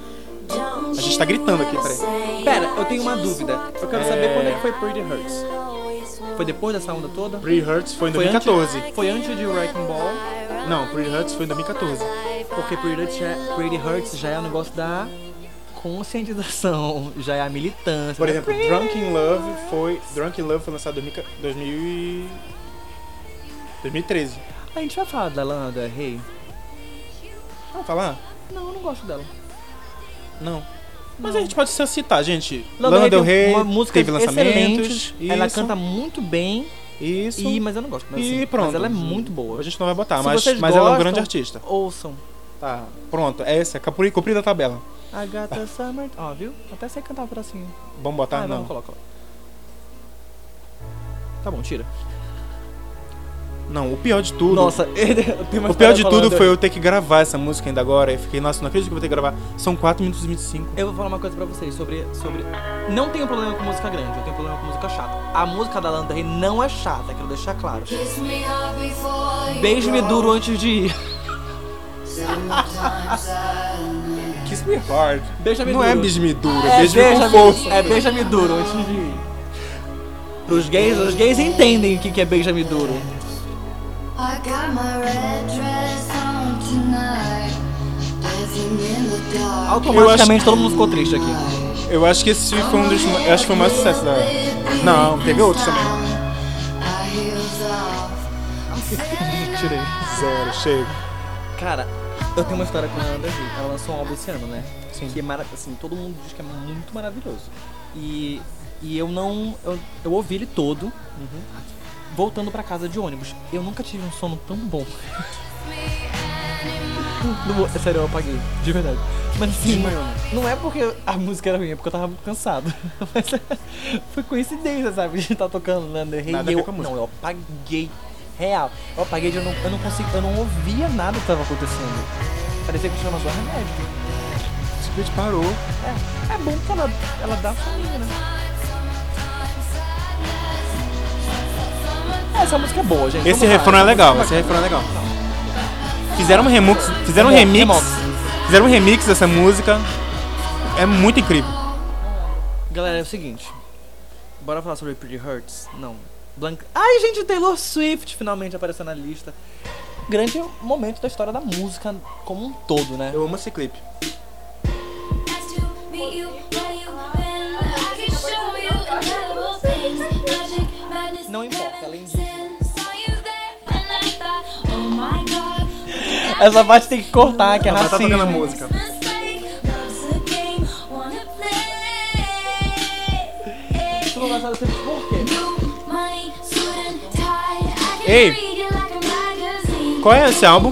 Speaker 2: A
Speaker 3: gente tá gritando aqui, peraí.
Speaker 1: Pera, eu tenho uma dúvida. Eu quero
Speaker 3: É.
Speaker 1: saber quando é que foi Pretty Hurts. Foi depois dessa onda toda?
Speaker 3: Pre-Hurts foi em
Speaker 1: Foi antes-
Speaker 3: 2014.
Speaker 1: Foi antes de Wrecking Ball,
Speaker 3: Não, Pre-Hurts foi em 2014.
Speaker 1: porque Pretty Hurts, já, Pretty Hurts já é um negócio da conscientização, já é a militância.
Speaker 3: Por
Speaker 1: né?
Speaker 3: exemplo, Drunk in Love foi. Drunk in Love foi lançado em 2000 2000 e- 2013.
Speaker 1: A gente vai falar da Lana Del Rey?
Speaker 3: Vamos falar?
Speaker 1: Não, eu não gosto dela.
Speaker 3: Não. Mas a gente pode só citar, gente.
Speaker 1: Lana,
Speaker 3: Lana Del
Speaker 1: tem
Speaker 3: Rey
Speaker 1: uma música
Speaker 3: teve lançamentos.
Speaker 1: excelentes, Ela
Speaker 3: isso,
Speaker 1: canta muito bem,
Speaker 3: Isso.
Speaker 1: e, mas eu não gosto. Mas,
Speaker 3: E
Speaker 1: assim,
Speaker 3: pronto.
Speaker 1: mas ela é muito boa.
Speaker 3: A gente não vai botar,
Speaker 1: Se
Speaker 3: mas,
Speaker 1: vocês
Speaker 3: mas ela é um
Speaker 1: gostam-
Speaker 3: grande artista.
Speaker 1: Ouçam.
Speaker 3: Tá, pronto. É essa. Capri, cumprida a tabela.
Speaker 1: A
Speaker 3: Ah.
Speaker 1: gata Summer. Ó, viu? Até sei cantar um pedacinho.
Speaker 3: Vamos botar?
Speaker 1: ah, não,
Speaker 3: não.
Speaker 1: coloca lá. Tá bom, tira.
Speaker 3: Não, o pior de tudo.
Speaker 1: Nossa, tem uma
Speaker 3: O pior
Speaker 1: história
Speaker 3: de tudo
Speaker 1: falando-
Speaker 3: foi eu ter que gravar essa música ainda agora. E fiquei, nossa, não acredito que eu vou ter que gravar. São 4 minutos e 25.
Speaker 1: Eu vou falar uma coisa pra vocês sobre. sobre... Não tenho problema com música grande, eu tenho problema com música chata. A música da Lana Del Rey não é chata, quero deixar claro. Beijo-me duro antes de ir.
Speaker 3: Kiss me hard.
Speaker 1: Beija-me
Speaker 3: Não
Speaker 1: duro.
Speaker 3: é bisme duro, é
Speaker 1: É
Speaker 3: bisme com força.
Speaker 1: beija-me é beija-me duro antes de ir. Pros gays, os gays entendem o que que é beija-me duro.
Speaker 6: I got my red dress on tonight. Dancing in the dark.
Speaker 1: Automaticamente todo mundo ficou triste aqui.
Speaker 3: Eu acho que esse foi um dos. ma- Eu acho que foi o maior sucesso da. Não, teve outros também.
Speaker 6: High heels off. I'm feeling
Speaker 3: Tirei. Zero, chega.
Speaker 1: Cara, eu tenho uma história com a Ana Davi. Ela lançou um álbum esse ano, né?
Speaker 3: Sim.
Speaker 1: Que é mara- assim, todo mundo diz que é muito maravilhoso. E, e eu não. Eu, eu ouvi ele todo. Voltando pra casa de ônibus. Eu nunca tive um sono tão bom. Não vou- é sério, eu apaguei. De verdade. Mas assim, não é porque a música era ruim, é porque eu tava muito cansado. Mas é, foi coincidência, sabe? De estar tocando Lander Rey.
Speaker 3: Nada a
Speaker 1: e
Speaker 3: ver
Speaker 1: eu,
Speaker 3: com a música.
Speaker 1: Não, eu apaguei. Real. Eu apaguei de eu não, eu não consigo, eu não ouvia nada que tava acontecendo. Parecia que eu tinha só remédio.
Speaker 3: Simplesmente parou.
Speaker 1: É, é bom que ela, ela dá saída, né? É, Essa música é boa, gente.
Speaker 3: Esse
Speaker 1: Vamos lá.
Speaker 3: refrão é legal, esse refrão é legal. Fizeram um remix. Fizeram um
Speaker 1: Remo-
Speaker 3: remix.
Speaker 1: remox.
Speaker 3: Fizeram um remix dessa música. É muito incrível.
Speaker 1: Galera, é o seguinte. Bora falar sobre Pretty Hurts? Não. Blanca. Ai, gente, Taylor Swift finalmente apareceu na lista. Grande momento da história da música como um todo, né?
Speaker 3: Eu amo esse clipe.
Speaker 1: Não importa,
Speaker 3: é
Speaker 1: ela existe. Essa parte tem que cortar, que é
Speaker 3: Ela tá
Speaker 1: racismo.
Speaker 3: tocando a música.
Speaker 1: Tu não gosta desse- por quê?
Speaker 3: Ei. Qual é esse álbum?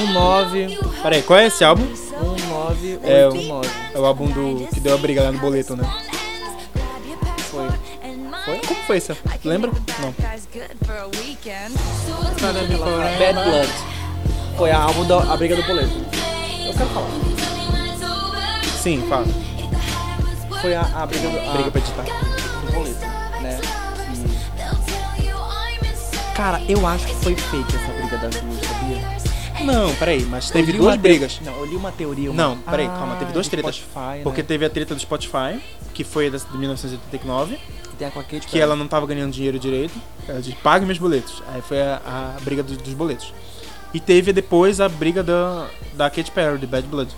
Speaker 1: Um nove,
Speaker 3: Peraí, qual é esse álbum?
Speaker 1: um nove,
Speaker 3: É
Speaker 1: oito
Speaker 3: o-
Speaker 1: nove.
Speaker 3: É o álbum do que deu a briga lá no boleto, né?
Speaker 1: Foi.
Speaker 3: Foi? Como foi essa? Lembra? Não.
Speaker 1: Bad Blood. Foi a álbum da a briga do boleto. Eu quero falar.
Speaker 3: Sim, fala.
Speaker 1: Foi a, a briga do a-
Speaker 3: Briga pra editar.
Speaker 1: do boleto, né? Cara, eu acho que foi fake essa briga das duas, sabia?
Speaker 3: Não, peraí, mas teve
Speaker 1: Eu li
Speaker 3: duas
Speaker 1: uma te-
Speaker 3: brigas.
Speaker 1: Não, eu li uma teoria. uma-
Speaker 3: Não, peraí, calma,
Speaker 1: Ah,
Speaker 3: teve duas
Speaker 1: do
Speaker 3: tretas.
Speaker 1: Spotify, né?
Speaker 3: Porque teve a treta do Spotify, que foi a dessa de 1989,
Speaker 1: tem a claquete
Speaker 3: que ela não tava ganhando dinheiro direito. Ela disse, pague meus boletos. Aí foi a, a briga do- dos boletos. E teve depois a briga da, da Katy Perry, de Bad Blood.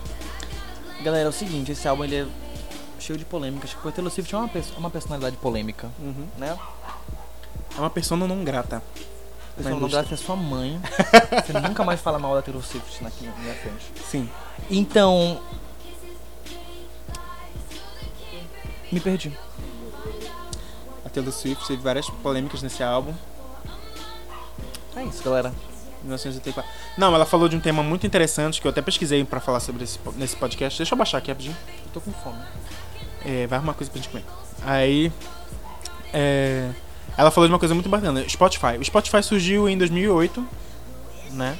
Speaker 1: Galera, é o seguinte, esse álbum ele é cheio de polêmicas. Porque o Taylor Swift é uma, perso- uma personalidade polêmica, né?
Speaker 3: É uma persona não grata.
Speaker 1: Pessoal, não
Speaker 3: indústria.
Speaker 1: graça é sua mãe. Você nunca mais fala mal da Taylor Swift na na minha frente.
Speaker 3: Sim.
Speaker 1: Então. Me perdi.
Speaker 3: A Taylor Swift teve várias polêmicas nesse álbum.
Speaker 1: É isso, galera.
Speaker 3: 1984. Não, ela falou de um tema muito interessante que eu até pesquisei pra falar sobre esse, po- nesse podcast. Deixa eu baixar aqui rapidinho.
Speaker 1: Eu tô com fome.
Speaker 3: É, vai arrumar coisa pra gente comer. Aí. é, ela falou de uma coisa muito bacana: Spotify. O Spotify surgiu em 2008, né?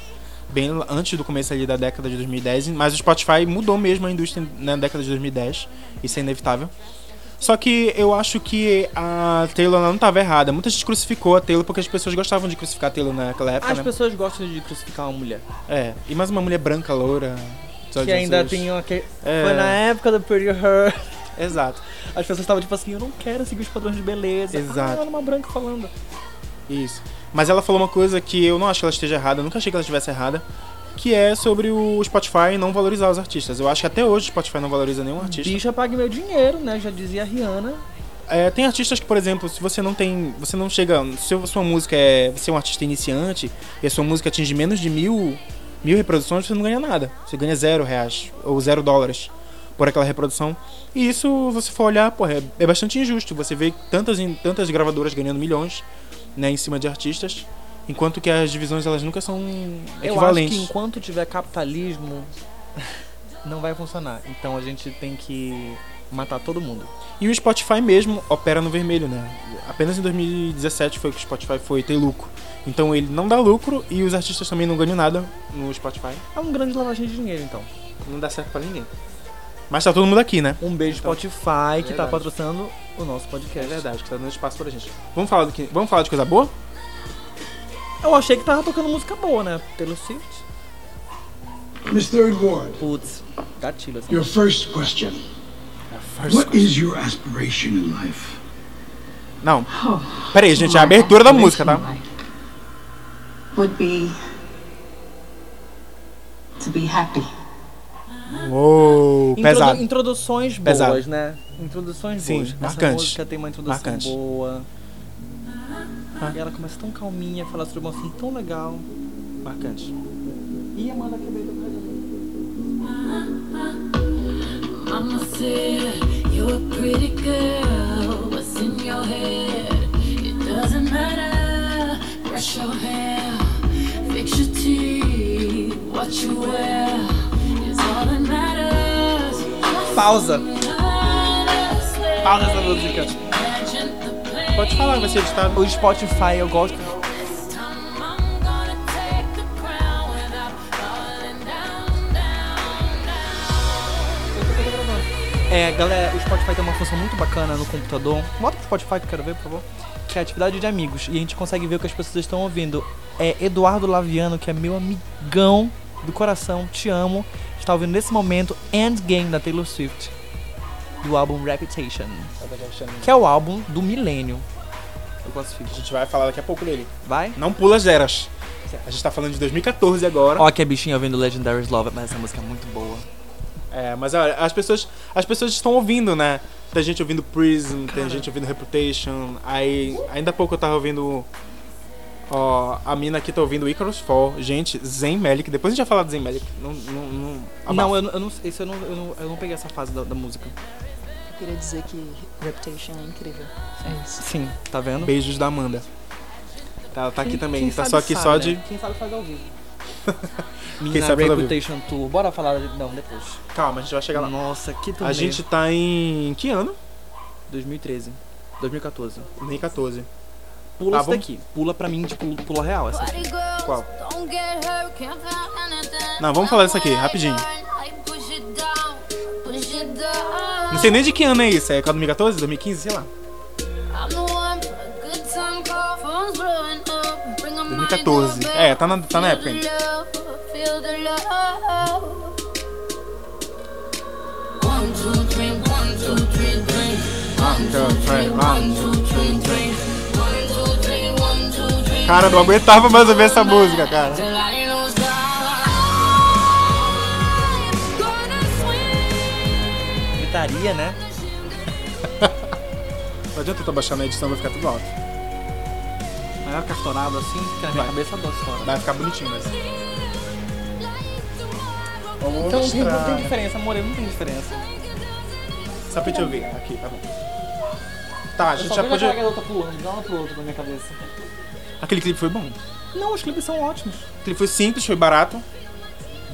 Speaker 3: Bem lá- antes do começo ali da década de 2010. Mas o Spotify mudou mesmo a indústria na década de 2010. Isso é inevitável. Só que eu acho que a Taylor ela não tava errada. Muita gente crucificou a Taylor porque as pessoas gostavam de crucificar a Taylor naquela época,
Speaker 1: As
Speaker 3: né?
Speaker 1: pessoas gostam de crucificar uma mulher.
Speaker 3: É. E mais uma mulher branca, loura. só
Speaker 1: Que
Speaker 3: de
Speaker 1: ainda
Speaker 3: vocês.
Speaker 1: tem uma que.
Speaker 3: É.
Speaker 1: Foi na época do Pretty Her.
Speaker 3: Exato.
Speaker 1: As pessoas estavam tipo assim, eu não quero seguir os padrões de beleza.
Speaker 3: Exato.
Speaker 1: Ah, olha uma branca falando.
Speaker 3: Isso. Mas ela falou uma coisa que eu não acho que ela esteja errada, eu nunca achei que ela estivesse errada, que é sobre o Spotify não valorizar os artistas. Eu acho que até hoje o Spotify não valoriza nenhum artista.
Speaker 1: Bicha, pague meu dinheiro, né? Já dizia a Rihanna.
Speaker 3: É, tem artistas que, por exemplo, se você não tem. Você não chega. Se a sua música é. Você é um artista iniciante e a sua música atinge menos de mil, mil reproduções, você não ganha nada. Você ganha zero reais ou zero dólares por aquela reprodução. E isso, você for olhar, porra, é, é bastante injusto. Você vê tantas, em- tantas gravadoras ganhando milhões né, em cima de artistas, enquanto que as divisões elas nunca são
Speaker 1: Eu acho
Speaker 3: equivalentes.
Speaker 1: que enquanto tiver capitalismo, não vai funcionar. Então a gente tem que matar todo mundo.
Speaker 3: E o Spotify mesmo opera no vermelho, né? Apenas em 2017 foi que o Spotify foi ter lucro. Então ele não dá lucro e os artistas também não ganham nada no Spotify.
Speaker 1: É um grande lavagem de dinheiro, então.
Speaker 3: Não dá certo pra ninguém. Mas tá todo mundo aqui, né?
Speaker 1: Um beijo
Speaker 3: Então,
Speaker 1: Spotify que tá
Speaker 3: verdade.
Speaker 1: patrocinando o nosso podcast.
Speaker 3: que tá dando espaço pra gente. Vamos falar do que? Vamos falar de coisa boa?
Speaker 1: Eu achei que tava tocando música boa, né? Pelo Swift.
Speaker 7: Mr. Ward,
Speaker 1: Putz, gatilho assim.
Speaker 7: your first question. What is your aspiration in life?
Speaker 3: Não. Pera aí, gente, é a abertura eh? da música, tá?
Speaker 8: would be to be happy.
Speaker 3: Uou,
Speaker 1: Introdu-
Speaker 3: pesado.
Speaker 1: Introduções boas,
Speaker 3: Pesado.
Speaker 1: né? Introduções
Speaker 3: Sim,
Speaker 1: boas. Essa
Speaker 3: marcante.
Speaker 1: música tem uma introdução
Speaker 3: Marcante.
Speaker 1: boa. E ela começa tão calminha, fala sobre um assunto tão legal.
Speaker 3: Marcante.
Speaker 1: E Amanda Quevedo pra gente.
Speaker 2: I'ma say you're a pretty girl. What's in your head? It doesn't matter. Brush your hair, fix your teeth, what you wear is all that matters.
Speaker 1: Pausa.
Speaker 2: Pausa
Speaker 1: essa música.
Speaker 3: Pode falar, vai ser editado.
Speaker 1: O Spotify eu gosto. É, galera, o Spotify tem uma função muito bacana no computador. Bota pro Spotify que eu quero ver, por favor. Que é atividade de amigos. E a gente consegue ver o que as pessoas estão ouvindo. É Eduardo Laviano, que é meu amigão do coração, te amo. Está ouvindo nesse momento Endgame da Taylor Swift. Do álbum Reputation. Que é o álbum do milênio. Eu classifico.
Speaker 3: A gente vai falar daqui a pouco dele.
Speaker 1: Vai?
Speaker 3: Não pula as eras. A gente tá falando de 2014 agora.
Speaker 1: Ó, que é bichinho ouvindo Legendary's Love, mas essa música é muito boa.
Speaker 3: É, mas olha, as pessoas, as pessoas estão ouvindo, né? Tem gente ouvindo Prism, tem gente ouvindo Reputation. Aí, ainda há pouco eu tava ouvindo. Ó, a mina aqui tá ouvindo Icarus Fall. Gente, Zen Melick. Depois a gente vai falar do Zen Melick. Não, não, não.
Speaker 1: Não,
Speaker 3: abafa.
Speaker 1: eu, não- eu não, isso eu, não, eu, não, eu não peguei essa fase da, da música.
Speaker 9: Eu queria dizer que Reputation é incrível. É isso.
Speaker 1: Sim, tá vendo?
Speaker 3: Beijos da Amanda. Tá, ela tá aqui também. Tá só aqui
Speaker 1: sabe,
Speaker 3: só
Speaker 1: né?
Speaker 3: de.
Speaker 1: Quem sabe faz ao vivo.
Speaker 3: Quem
Speaker 1: Minha
Speaker 3: sabe faz ao
Speaker 1: Reputation Tour. Bora falar. de- Não, depois.
Speaker 3: Calma, a gente vai chegar lá.
Speaker 1: Nossa, que turnê.
Speaker 3: A gente tá em. Que ano?
Speaker 1: 2013. 2014.
Speaker 3: Nem 14.
Speaker 1: Pula
Speaker 3: Tá,
Speaker 1: isso
Speaker 3: vamos-
Speaker 1: daqui. Pula pra mim, tipo, pula real. Essa.
Speaker 3: Qual?
Speaker 2: Não, vamos falar disso aqui, rapidinho.
Speaker 3: Não sei nem de que ano é isso. É 2014? 2015? Sei lá.
Speaker 2: 2014.
Speaker 3: 2014. É, tá na, tá na época ainda.
Speaker 2: ainda.
Speaker 6: feel the love.
Speaker 2: One, two, three, one, two, three, three.
Speaker 3: Ah,
Speaker 2: One,
Speaker 3: então,
Speaker 2: two, three, one, two, three, three. One, two, three, one, two, three.
Speaker 3: Cara, eu não aguentava mais ouvir essa música, cara.
Speaker 2: Till I lose all
Speaker 6: I'm gonna swim.
Speaker 1: Gritaria, né?
Speaker 3: Não adianta eu tô baixando a edição, vai ficar tudo alto.
Speaker 1: Maior castorado assim, que na minha
Speaker 3: Vai.
Speaker 1: cabeça doce fora.
Speaker 3: Vai ficar bonitinho, mas. é.
Speaker 1: Então não tem
Speaker 3: Outra.
Speaker 1: diferença, amor, não tem diferença.
Speaker 3: Só pra te ouvir. Aqui, tá bom. Tá, a
Speaker 1: Eu
Speaker 3: gente
Speaker 1: só
Speaker 3: já
Speaker 1: vejo
Speaker 3: pode.
Speaker 1: aquela garota pulando, de um lado pro outro na minha cabeça.
Speaker 3: Aquele clipe foi bom. O
Speaker 1: Não, os clipes são ótimos.
Speaker 3: clipe foi simples, foi barato.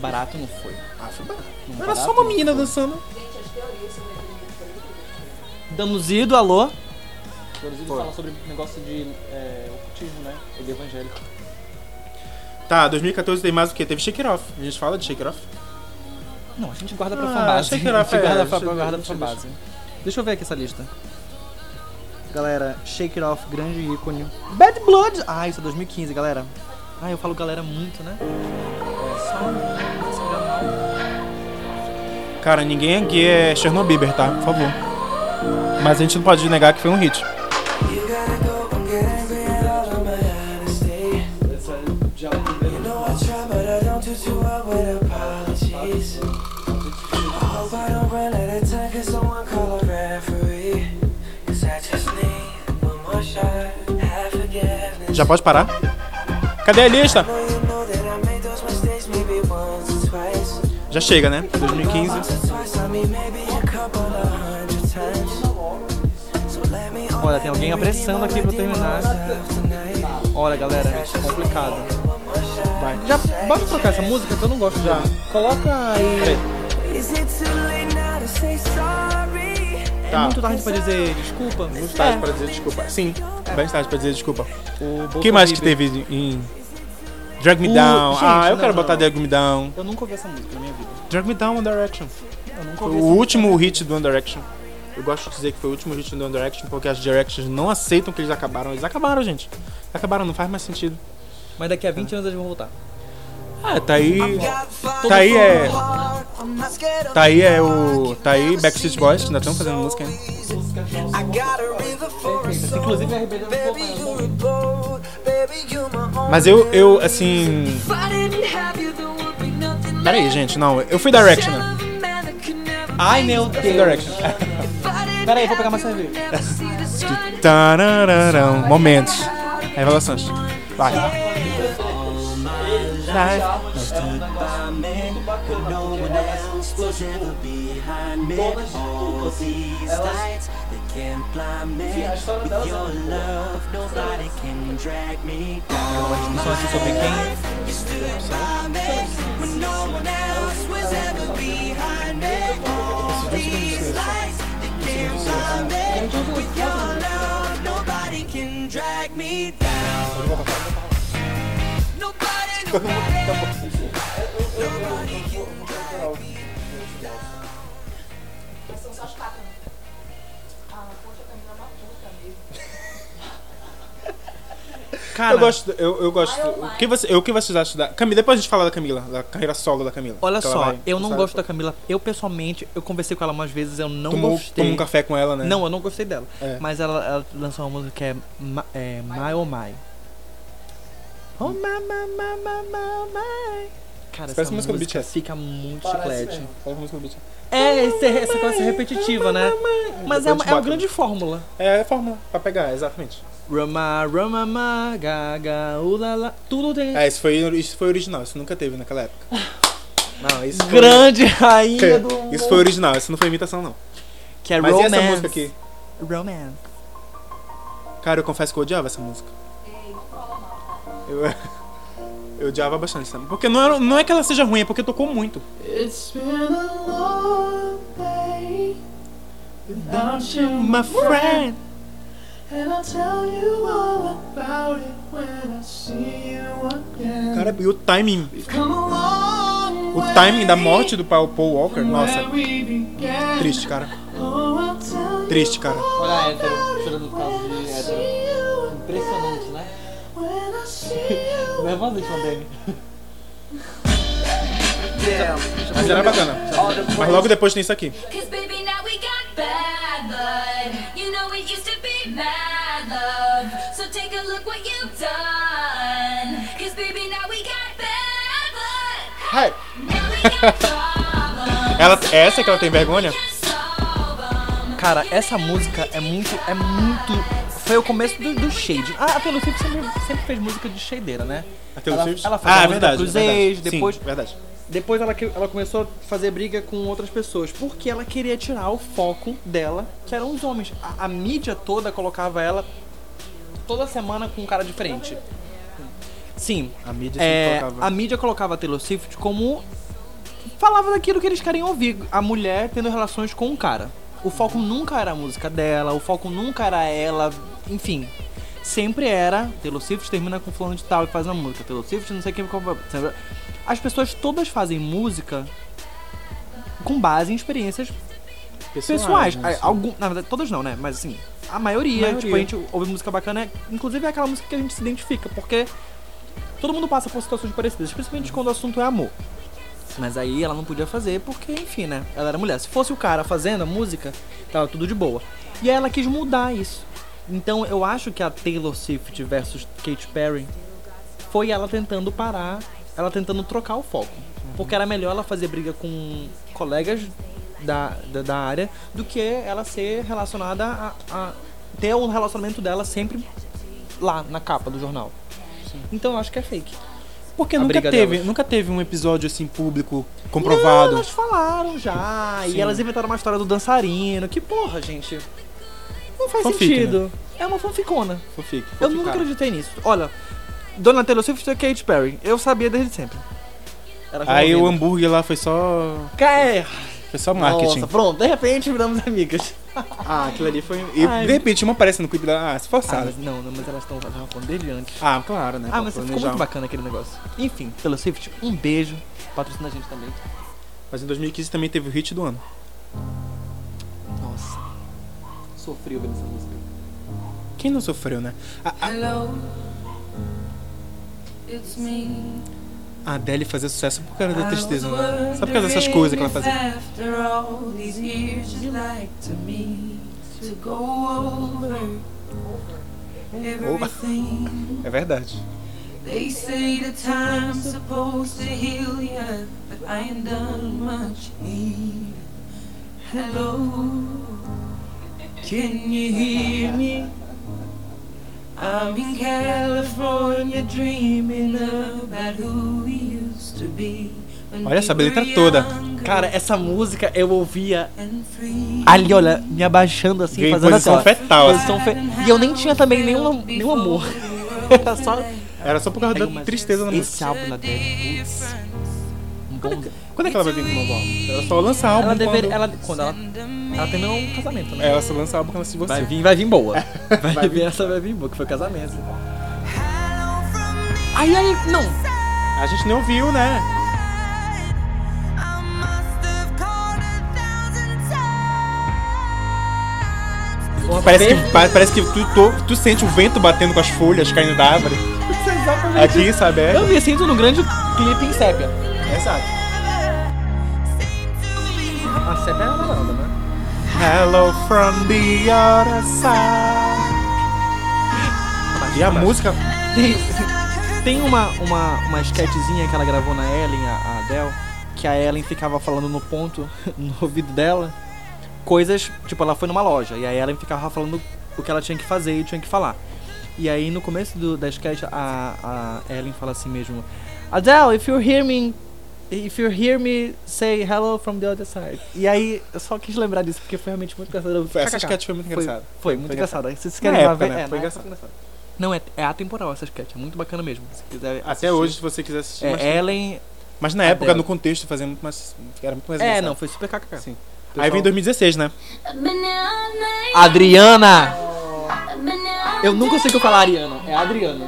Speaker 1: Barato não foi.
Speaker 3: Ah, foi barato.
Speaker 1: Não
Speaker 3: Era
Speaker 1: barato,
Speaker 3: só uma
Speaker 1: não
Speaker 3: menina
Speaker 1: foi.
Speaker 3: dançando.
Speaker 1: Danuzido, alô? Danuzido fala sobre negócio de é, ocultismo, né? Ele é evangélico.
Speaker 3: Tá, 2014 tem mais o quê? Teve Shake It Off. A gente fala de Shake It Off.
Speaker 1: Não, a gente guarda pra
Speaker 3: Ah,
Speaker 1: fanbase.
Speaker 3: achei que era
Speaker 1: a gente guarda
Speaker 3: fé,
Speaker 1: pra,
Speaker 3: deixa-
Speaker 1: guarda
Speaker 3: deixa-
Speaker 1: pra fanbase. Deixa eu ver aqui essa lista. Galera, Shake It Off, grande ícone. Bad Blood! Ah, isso é 2015, galera. Ah, eu falo galera muito, né? É só... só já-
Speaker 3: Cara, ninguém aqui é Chernobyl, tá? Por favor. Mas a gente não pode negar que foi um hit.
Speaker 1: Essa já é o primeiro.
Speaker 3: Já pode parar? Cadê a lista? Já chega, né? 2015.
Speaker 1: Olha, tem alguém apressando aqui pra eu terminar. Olha, galera, é complicado. Vai. Já, bora trocar essa música que eu não gosto já. Coloca aí. É
Speaker 3: Tá.
Speaker 1: muito É. tarde pra dizer desculpa.
Speaker 3: Muito tarde pra dizer desculpa. Sim, bem tarde pra dizer desculpa.
Speaker 1: O
Speaker 3: O que mais que teve em Drag Me
Speaker 1: O-
Speaker 3: Down?
Speaker 1: Gente,
Speaker 3: ah, eu
Speaker 1: não,
Speaker 3: quero
Speaker 1: não,
Speaker 3: botar
Speaker 1: não.
Speaker 3: Drag Me Down.
Speaker 1: Eu nunca ouvi essa música na minha vida.
Speaker 3: Drag Me Down One Direction.
Speaker 1: Eu nunca
Speaker 3: Foi
Speaker 1: ouvi
Speaker 3: o
Speaker 1: essa
Speaker 3: último hit do One Direction. Eu gosto de dizer que foi o último hit do One Direction porque as Directions não aceitam que eles acabaram. Eles acabaram, gente. Acabaram, não faz mais sentido.
Speaker 1: música. Mas daqui a 20 anos eles vão voltar.
Speaker 3: Ah, tá aí. Tá aí é. Tá aí é o. Tá aí Backstreet Boys, que ainda estão fazendo música ainda.
Speaker 1: Inclusive a RBD não voltou mais.
Speaker 3: Mas eu, eu, assim. Pera aí, gente, não. Eu fui
Speaker 1: é
Speaker 3: né? Directioner.
Speaker 1: Ai meu Deus.
Speaker 3: Fui Direction.
Speaker 1: Pera aí, vou pegar mais cerveja.
Speaker 3: Tarararão. Momentos. Revelações. Vai.
Speaker 1: Só aqui sobre quem. Ah,
Speaker 3: Cara, eu gosto. Eu, eu gosto. O que, você, o que vocês acham da. Camila, depois a gente fala da Camila, da carreira solo da Camila.
Speaker 1: Olha
Speaker 3: Que ela
Speaker 1: só,
Speaker 3: vai-
Speaker 1: eu não
Speaker 3: sabe?
Speaker 1: gosto da Camila. Eu pessoalmente, eu conversei com ela umas vezes, eu não
Speaker 3: Tomou,
Speaker 1: gostei.
Speaker 3: tomou um café com ela, né?
Speaker 1: Não, eu não gostei dela.
Speaker 3: É.
Speaker 1: Mas ela, ela lançou uma música que é, Ma- é My Oh My. Oh my, my, my, my, my, my. Cara,
Speaker 3: Parece
Speaker 1: essa
Speaker 3: música
Speaker 1: música,
Speaker 3: do BTS.
Speaker 1: fica muito chiclete.
Speaker 3: Faz a música do Beatles.
Speaker 1: É, essa, essa coisa repetitiva, né? Mas é
Speaker 3: Depois
Speaker 1: uma,
Speaker 3: bota.
Speaker 1: é uma grande fórmula.
Speaker 3: É, é a fórmula pra pegar, exatamente.
Speaker 1: Rama, rama, ma, gaga, ulala. Tudo tem.
Speaker 3: É, isso foi, isso foi original, isso nunca teve naquela época. Não, isso foi-
Speaker 1: Grande rainha do.
Speaker 3: Isso foi original, isso não foi imitação, não.
Speaker 1: Que é
Speaker 3: Mas
Speaker 1: romance.
Speaker 3: e essa música aqui?
Speaker 1: Romance.
Speaker 3: Cara, eu confesso que eu odiava essa música. Eu, eu odiava bastante essa Porque não, era- não é que ela seja ruim, é porque tocou muito.
Speaker 2: It's been a long day,
Speaker 3: My friend.
Speaker 2: and I'll tell you all about it when I see you again.
Speaker 3: Cara, e o timing.
Speaker 2: Come along,
Speaker 3: O timing da morte do Paul Paul Walker, nossa,
Speaker 2: we began.
Speaker 3: triste, cara.
Speaker 2: Oh, I'll tell you
Speaker 3: Triste, cara.
Speaker 1: Olha a hétero, chorando por causa de hétero. Impressionante, né?
Speaker 2: when I see you.
Speaker 1: Nervosa de Demi.
Speaker 3: Mas era bacana. Mas logo depois tem isso aqui.
Speaker 6: Cause baby, now we got bad blood. You know it used to be mad love. So take a look what you've done. Cause baby, now we got bad blood.
Speaker 3: Ai,
Speaker 6: Now we got problems.
Speaker 3: ela, é essa que ela tem vergonha?
Speaker 1: Cara, essa música é muito. é muito. Foi o começo do, do shade. Ah, a Taylor Swift sempre, sempre fez música de shadeira, né?
Speaker 3: A Taylor
Speaker 1: Ela-
Speaker 3: Swift?
Speaker 1: ela fez a
Speaker 3: ah, é
Speaker 1: música
Speaker 3: verdade.
Speaker 1: pros
Speaker 3: é verdade.
Speaker 1: ex, depois-
Speaker 3: Sim, verdade.
Speaker 1: Depois ela, que- ela começou a fazer briga com outras pessoas, porque ela queria tirar o foco dela, que eram os homens. A, a mídia toda colocava ela toda semana com um cara diferente. Sim,
Speaker 3: A mídia
Speaker 1: é,
Speaker 3: sempre colocava.
Speaker 1: a mídia colocava a Taylor Swift como. falava daquilo que eles queriam ouvir, a mulher tendo relações com um cara. O foco nunca era a música dela, o foco nunca era ela, enfim. Sempre era Taylor Swift termina com fulano de tal e faz uma música. Taylor Swift, não sei quem. qual- sabe? As pessoas todas fazem música com base em experiências pessoais.
Speaker 3: né,
Speaker 1: Ah, algum- na verdade, todas não, né? Mas assim, a maioria,
Speaker 3: Maioria.
Speaker 1: tipo, a gente ouve música bacana, inclusive é aquela música que a gente se identifica, porque todo mundo passa por situações parecidas, principalmente quando o assunto é amor. Mas aí ela não podia fazer porque, enfim, né? Ela era mulher. Se fosse o cara fazendo a música, tava tudo de boa. E aí ela quis mudar isso. Então eu acho que a Taylor Swift versus Katy Perry foi ela tentando parar, ela tentando trocar o foco. Porque era melhor ela fazer briga com colegas da, da, da área do que ela ser relacionada a, a ter o relacionamento dela sempre lá na capa do jornal. Então eu acho que é fake.
Speaker 3: Porque
Speaker 1: A
Speaker 3: nunca
Speaker 1: briga
Speaker 3: teve,
Speaker 1: delas.
Speaker 3: nunca teve um episódio assim público
Speaker 1: Não,
Speaker 3: comprovado.
Speaker 1: elas falaram já.
Speaker 3: Sim.
Speaker 1: E elas inventaram uma história do dançarino. Que porra, gente. Não faz
Speaker 3: Fanfic,
Speaker 1: sentido. É uma fanficona.
Speaker 3: Fofique,
Speaker 1: Eu nunca
Speaker 3: foficaram.
Speaker 1: acreditei nisso. Olha, Dona Taylor Swift é Katy Perry. Eu sabia desde sempre. Era
Speaker 3: Aí o hambúrguer lá foi só.
Speaker 1: Cair.
Speaker 3: Foi só marketing.
Speaker 1: Nossa, pronto. De repente viramos amigas.
Speaker 3: Ah, aquilo ali foi. E
Speaker 1: Ai,
Speaker 3: de repente uma aparece no clipe da. Ah, se
Speaker 1: Ah,
Speaker 3: forçada.
Speaker 1: mas não, não, mas elas estão falando dele antes.
Speaker 3: Ah, claro, né?
Speaker 1: Ah,
Speaker 3: pra
Speaker 1: mas ficou
Speaker 3: planejar.
Speaker 1: muito bacana aquele negócio. Enfim, Taylor Swift, um beijo. Patrocina a gente também.
Speaker 3: Mas em 2015 também teve o hit do ano.
Speaker 1: Nossa. Sofri ouvindo essa música.
Speaker 3: Quem não sofreu, né? A,
Speaker 2: Hello, it's me.
Speaker 3: a Adele fazia sucesso por causa da
Speaker 2: I was
Speaker 3: tristeza, né?
Speaker 2: wondering
Speaker 3: Só por causa dessas coisas que ela
Speaker 2: if
Speaker 3: fazia.
Speaker 2: After all these years, you'd like to me to go over everything.
Speaker 3: É verdade.
Speaker 2: They say the time's supposed to heal you, but I ain't done much healing. Hello, can you hear me? I'm in California dreaming about who we used to be. when
Speaker 3: Olha essa
Speaker 2: we were
Speaker 3: letra toda. é
Speaker 2: younger
Speaker 1: Cara, essa música eu ouvia
Speaker 2: and free.
Speaker 1: ali, olha, me abaixando assim,
Speaker 3: Ganhei
Speaker 1: fazendo
Speaker 3: posição
Speaker 1: aquela
Speaker 3: fetal, assim.
Speaker 1: posição fe- E eu nem tinha também nenhum, nenhum amor. Era só.
Speaker 3: Era só por causa da tristeza na música.
Speaker 1: Esse álbum da Débora. Um bom.
Speaker 3: Quando é que ela vai vir com o novo álbum? Ela só lança álbum.
Speaker 1: Ela deveria.
Speaker 3: quando-
Speaker 1: Ela, quando ela. Ela terminou um casamento, né?
Speaker 3: Ela só lança álbum quando ela se
Speaker 1: Vai
Speaker 3: você.
Speaker 1: vir, vai vir boa. É, Vai, vir, essa vai vir boa, que foi o casamento. Aí, aí, não.
Speaker 3: A gente nem ouviu, né? Parece que, pa- parece que tu, tu, tu sente o vento batendo com as folhas caindo da árvore.
Speaker 1: é
Speaker 3: Aqui, sabe? É.
Speaker 1: Eu me sinto num grande clipe em sépia.
Speaker 3: Exato.
Speaker 1: A sépia é uma landa, né?
Speaker 3: Hello from the other side. E a música.
Speaker 1: Tem, tem uma, uma, uma sketchzinha que ela gravou na Ellen, a, a Adele, que a Ellen ficava falando no ponto, no ouvido dela, coisas, tipo, ela foi numa loja, e a Ellen ficava falando o que ela tinha que fazer e tinha que falar. E aí no começo do, da sketch, a, a Ellen fala assim mesmo, Adele, if you hear me... If you hear me, say hello from the other side. E aí, eu só quis lembrar disso, porque foi realmente muito engraçado.
Speaker 3: Foi, essa
Speaker 1: KKK.
Speaker 3: sketch foi muito engraçada.
Speaker 1: Foi, assim. foi muito
Speaker 3: Foi
Speaker 1: engraçada. Se vocês
Speaker 3: Na
Speaker 1: querem lá
Speaker 3: época,
Speaker 1: ver,
Speaker 3: né?
Speaker 1: é,
Speaker 3: Foi
Speaker 1: na época
Speaker 3: engraçado.
Speaker 1: não, é, é atemporal essa sketch, é muito bacana mesmo. Se quiser assistir.
Speaker 3: Até hoje, se você quiser assistir. mas,
Speaker 1: É, Ellen.
Speaker 3: mas na
Speaker 1: Adele.
Speaker 3: época, no contexto, fazia muito mais. Era muito mais
Speaker 1: É,
Speaker 3: engraçado.
Speaker 1: não, foi super kkk.
Speaker 3: Sim.
Speaker 1: Pessoal-
Speaker 3: Aí vem 2016, né?
Speaker 1: Adriana! Eu não consigo falar Ariana, é Adriana.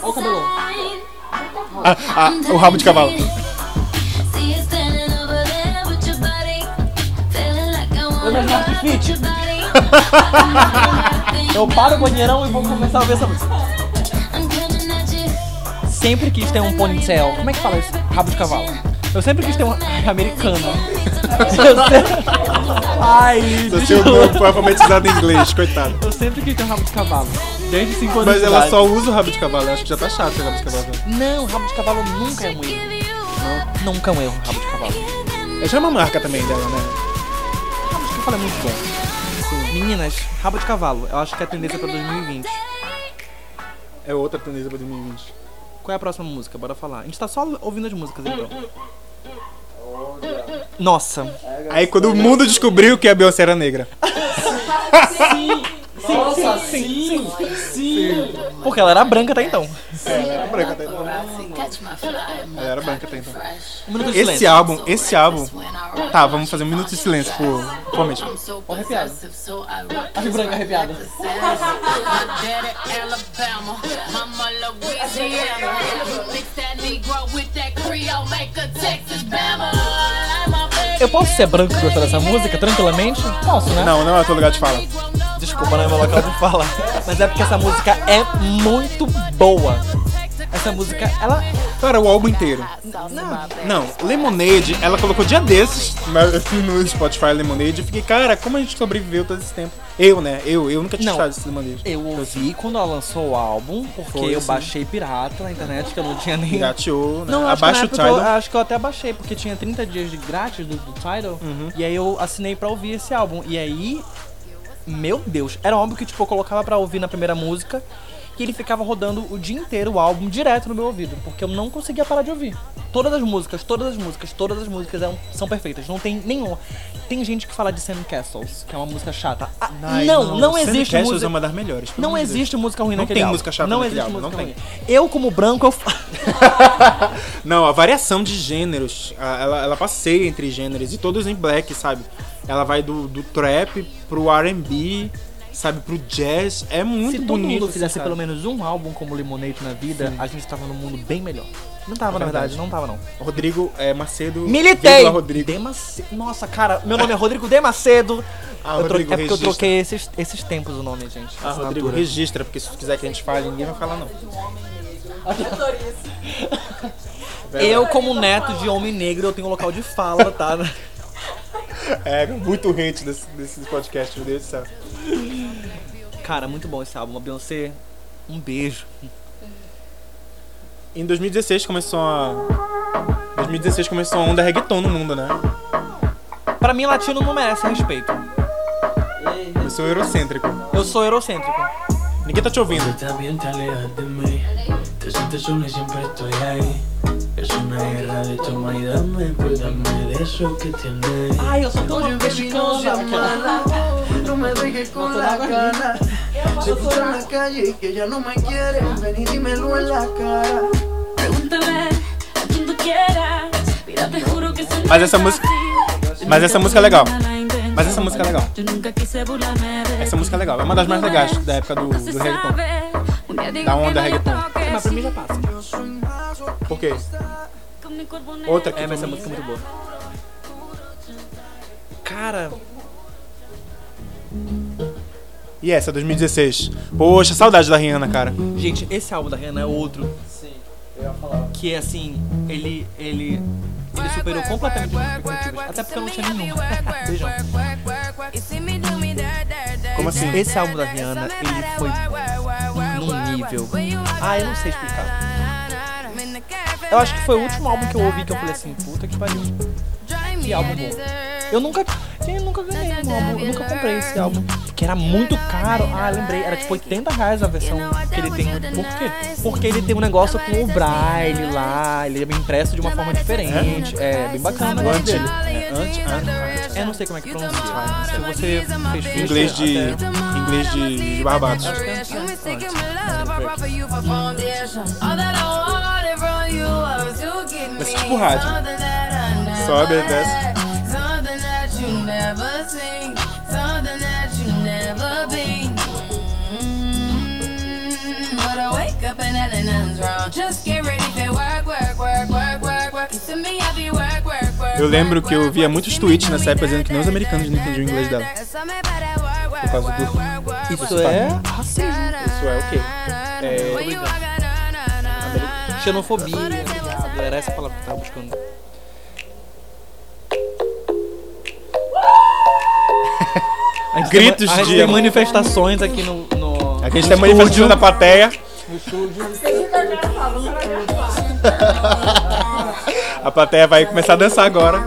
Speaker 1: Ó o cabelão.
Speaker 3: Ah, ah, o rabo de cavalo.
Speaker 1: Lembra de Mark Fit? Eu paro o banheirão e vou começar a ver essa música. sempre quis ter um ponytail. Como é que fala isso? Rabo de cavalo. Eu sempre quis ter um americano. Ai,
Speaker 3: Só
Speaker 1: desculpa.
Speaker 3: seu grupo alfabetizado em inglês, coitado.
Speaker 1: Eu sempre quis ter um rabo de cavalo. Desde 5 anos
Speaker 3: Mas
Speaker 1: de
Speaker 3: ela
Speaker 1: idade.
Speaker 3: só usa o rabo de cavalo, eu acho que já tá chato esse rabo de cavalo. né?
Speaker 1: Não, rabo de cavalo nunca é um erro. Nunca é um erro, rabo de cavalo.
Speaker 3: É já uma marca também dela, né?
Speaker 1: Rabo de cavalo é muito bom. Assim, Meninas, rabo de cavalo. Eu acho que é a tendência pra 2020.
Speaker 3: É outra tendência pra 2020.
Speaker 1: Qual é a próxima música? Bora falar. A gente tá só ouvindo as músicas então. Nossa.
Speaker 3: Aí quando o mundo descobriu que a Beyoncé era negra.
Speaker 1: Nossa, sim, sim, sim, Porque ela era branca até então.
Speaker 3: Ela era branca até então.
Speaker 2: Catch my fly,
Speaker 3: Ela era branca até então.
Speaker 1: Um minuto de
Speaker 3: Esse
Speaker 1: silêncio.
Speaker 3: álbum, esse álbum.
Speaker 2: when I rock.
Speaker 3: Tá, vamos fazer um minuto de silêncio por Homens.
Speaker 2: I'm so possessive, so I rock.
Speaker 1: Olha que branca arrepiada.
Speaker 2: Daddy Alabama, mama Louisiana. Mix that Negro with that Creole, make a Texas Bama. I'm a big
Speaker 1: Eu posso ser branco e gostar dessa música tranquilamente? Posso, né?
Speaker 3: Não, não é o teu lugar de fala.
Speaker 1: Desculpa, não é meu local de fala. Mas é porque essa música é muito boa. Essa música, ela.
Speaker 3: Cara, o álbum inteiro.
Speaker 1: Ah, né?
Speaker 3: Não, Lemonade, ela colocou dia desses mas no Spotify Lemonade. Eu fiquei, cara, como a gente sobreviveu todo esse tempo? Eu, né? Eu, eu nunca
Speaker 1: Não.
Speaker 3: tinha escutado esse Lemonade.
Speaker 1: Eu ouvi quando ela lançou o álbum, porque
Speaker 3: Foi,
Speaker 1: eu
Speaker 3: sim.
Speaker 1: baixei pirata na internet, que eu não tinha nem.
Speaker 3: Gateou, né?
Speaker 1: Não, acho
Speaker 3: Abaixa o
Speaker 1: que na época eu,
Speaker 3: Tidal.
Speaker 1: acho que eu até baixei, porque tinha 30 dias de grátis do, do Tidal.
Speaker 3: Uhum.
Speaker 1: E aí eu assinei pra ouvir esse álbum. E aí, meu Deus, era um álbum que tipo, eu colocava pra ouvir na primeira música. E ele ficava rodando o dia inteiro o álbum direto no meu ouvido, porque eu não conseguia parar de ouvir. Todas as músicas, todas as músicas, todas as músicas eram- são perfeitas, não tem nenhuma. Tem gente que fala de Sam Castles, que é uma música chata. Ah,
Speaker 3: Ai,
Speaker 1: não, não,
Speaker 3: Sandy
Speaker 1: existe
Speaker 3: Castles
Speaker 1: música.
Speaker 3: é uma das melhores. pelo
Speaker 1: Não
Speaker 3: amor de Deus.
Speaker 1: existe música ruim
Speaker 3: Não
Speaker 1: naquele
Speaker 3: tem
Speaker 1: álbum.
Speaker 3: música chata
Speaker 1: Não
Speaker 3: naquele
Speaker 1: existe
Speaker 3: álbum,
Speaker 1: música
Speaker 3: não
Speaker 1: ruim. Eu, como branco, eu. fa-
Speaker 3: Não, a variação de gêneros, a- ela, ela passeia entre gêneros, e todos em black, sabe? Ela vai do, do trap pro RB, sabe? Pro jazz. É muito
Speaker 1: Se todo
Speaker 3: bonito.
Speaker 1: mundo
Speaker 3: assim,
Speaker 1: fizesse
Speaker 3: sabe?
Speaker 1: pelo menos um álbum como Lemonade na vida, a gente tava num mundo bem melhor. Não tava,
Speaker 3: É
Speaker 1: na
Speaker 3: verdade.
Speaker 1: verdade, não tava não.
Speaker 3: Rodrigo é, Macedo.
Speaker 1: Militei!
Speaker 3: vírgula Rodrigo.
Speaker 1: De Mace- Nossa, cara, meu nome é Rodrigo De Macedo.
Speaker 3: Ah,
Speaker 1: Eu tro-
Speaker 3: Rodrigo,
Speaker 1: é porque eu
Speaker 3: registra.
Speaker 1: troquei esses, esses tempos o nome, gente.
Speaker 3: Ah, Rodrigo, registra, porque se tu quiser que a gente fale, ninguém vai falar, não.
Speaker 1: Eu, como neto de homem negro, eu tenho um local de fala, tá?
Speaker 3: É, muito hate desse, desse podcast, meu Deus do céu.
Speaker 1: cara, muito bom esse álbum. A Beyoncé, um beijo.
Speaker 3: Em 2016 começou a. 2016 começou a onda reggaeton no mundo, né?
Speaker 1: Pra mim, latino não merece respeito.
Speaker 3: Começou eurocêntrico.
Speaker 1: Eu sou eurocêntrico.
Speaker 3: Ninguém tá te ouvindo.
Speaker 10: Está bien, te alejas de mí. Te sientes sola y siempre estoy ahí. Es una guerra de toma y dame, pues dame de eso que tienes.
Speaker 1: Ai, eu sou tão ambiciosa,
Speaker 10: No me dejes con la gana. Se puso en la calle y que ya no me quiere. Ven y dímelo en la cara.
Speaker 6: Pregúntame a quien tú quieras. Mira, te juro que soy
Speaker 3: Mas essa música. Mas essa música é legal. Mas essa música é legal.
Speaker 6: Yo nunca quise burlarme de
Speaker 3: Essa música é legal. É uma das mais legais da época do,
Speaker 6: Se
Speaker 3: do reggaeton.
Speaker 6: sabe, un día digo
Speaker 3: Da onda
Speaker 6: que no
Speaker 3: reggaeton.
Speaker 6: la toques.
Speaker 1: Mas pra mim já passa.
Speaker 3: Por quê?
Speaker 6: Con mi cuerpo negro.
Speaker 3: Outra que
Speaker 1: É, mas essa música é muito boa. Cara,
Speaker 3: E essa, 2016. Poxa, saudade da Rihanna, cara.
Speaker 1: gente, esse álbum da Rihanna é outro. Sim, eu ia falar. Que é assim, ele. ele. Ele superou completamente as minhas expectativas. Até porque eu não tinha nenhuma. Beijão.
Speaker 3: Como assim?
Speaker 1: Esse álbum da Rihanna, ele foi num nível. Ah, eu não sei explicar. Eu acho que foi o último álbum que eu ouvi que eu falei assim, puta que pariu. Que álbum bom. Eu nunca. Eu nunca ganhei um álbum, eu nunca comprei esse álbum. Que era muito caro. Ah, lembrei, era tipo 80 reais a versão que ele tem. Por quê? Porque ele tem um negócio com o Braille lá, ele é impresso de uma forma diferente. É, bem bacana o negócio dele. né?
Speaker 3: É, antes, antes.
Speaker 1: Eu não sei como é que pronuncia. Se você fez ficha,
Speaker 3: Inglês de.
Speaker 1: até-
Speaker 3: Inglês de, de Barbados. Mas tipo rádio. Sobe, desce. Eu lembro que eu via muitos tweets nessa época dizendo que nem os americanos não entendiam o inglês dela. Por causa do.
Speaker 1: Isso é racismo.
Speaker 3: Isso é o quê? É. Ameri-
Speaker 1: xenofobia. Obrigado. Era essa a palavra que eu tava buscando. A gente tem ma-
Speaker 3: Gritos
Speaker 1: a gente
Speaker 3: de-
Speaker 1: tem manifestações aqui no. no
Speaker 3: Aqui É a gente
Speaker 1: no
Speaker 3: tem manifestação
Speaker 1: estúdio.
Speaker 3: da plateia.
Speaker 1: No estúdio.
Speaker 3: A plateia vai começar a dançar agora.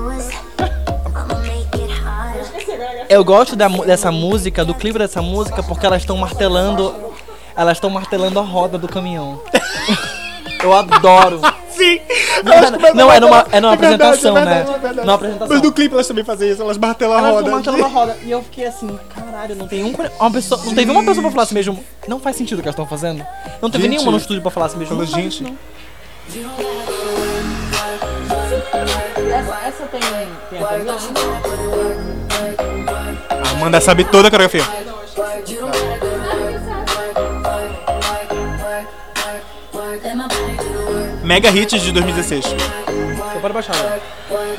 Speaker 1: Eu gosto da mu- dessa música, do clipe dessa música, porque elas estão martelando. Elas estão martelando a roda do caminhão. Eu adoro.
Speaker 3: Sim!
Speaker 1: Não,
Speaker 3: Elas
Speaker 1: não, não, é numa, é numa
Speaker 3: É verdade,
Speaker 1: apresentação,
Speaker 3: é verdade, é
Speaker 1: né?
Speaker 3: verdade.
Speaker 1: Numa apresentação.
Speaker 3: Mas no clipe elas também fazem isso, elas martelam a
Speaker 1: Elas
Speaker 3: roda.
Speaker 1: estão martelando a roda. E eu fiquei assim, caralho, não tem um, uma pessoa, não teve uma pessoa pra falar assim mesmo. Não faz sentido o que elas estão fazendo. Não teve
Speaker 3: Gente,
Speaker 1: nenhuma no estúdio pra falar assim mesmo.
Speaker 3: quando
Speaker 1: Não
Speaker 3: a
Speaker 1: faz
Speaker 3: gente-
Speaker 1: isso, não.
Speaker 11: Essa, essa tem. tem até
Speaker 3: A Amanda sabe toda a coreografia. Mega Hits de 2016.
Speaker 1: Você pode baixar
Speaker 3: né?
Speaker 1: ela.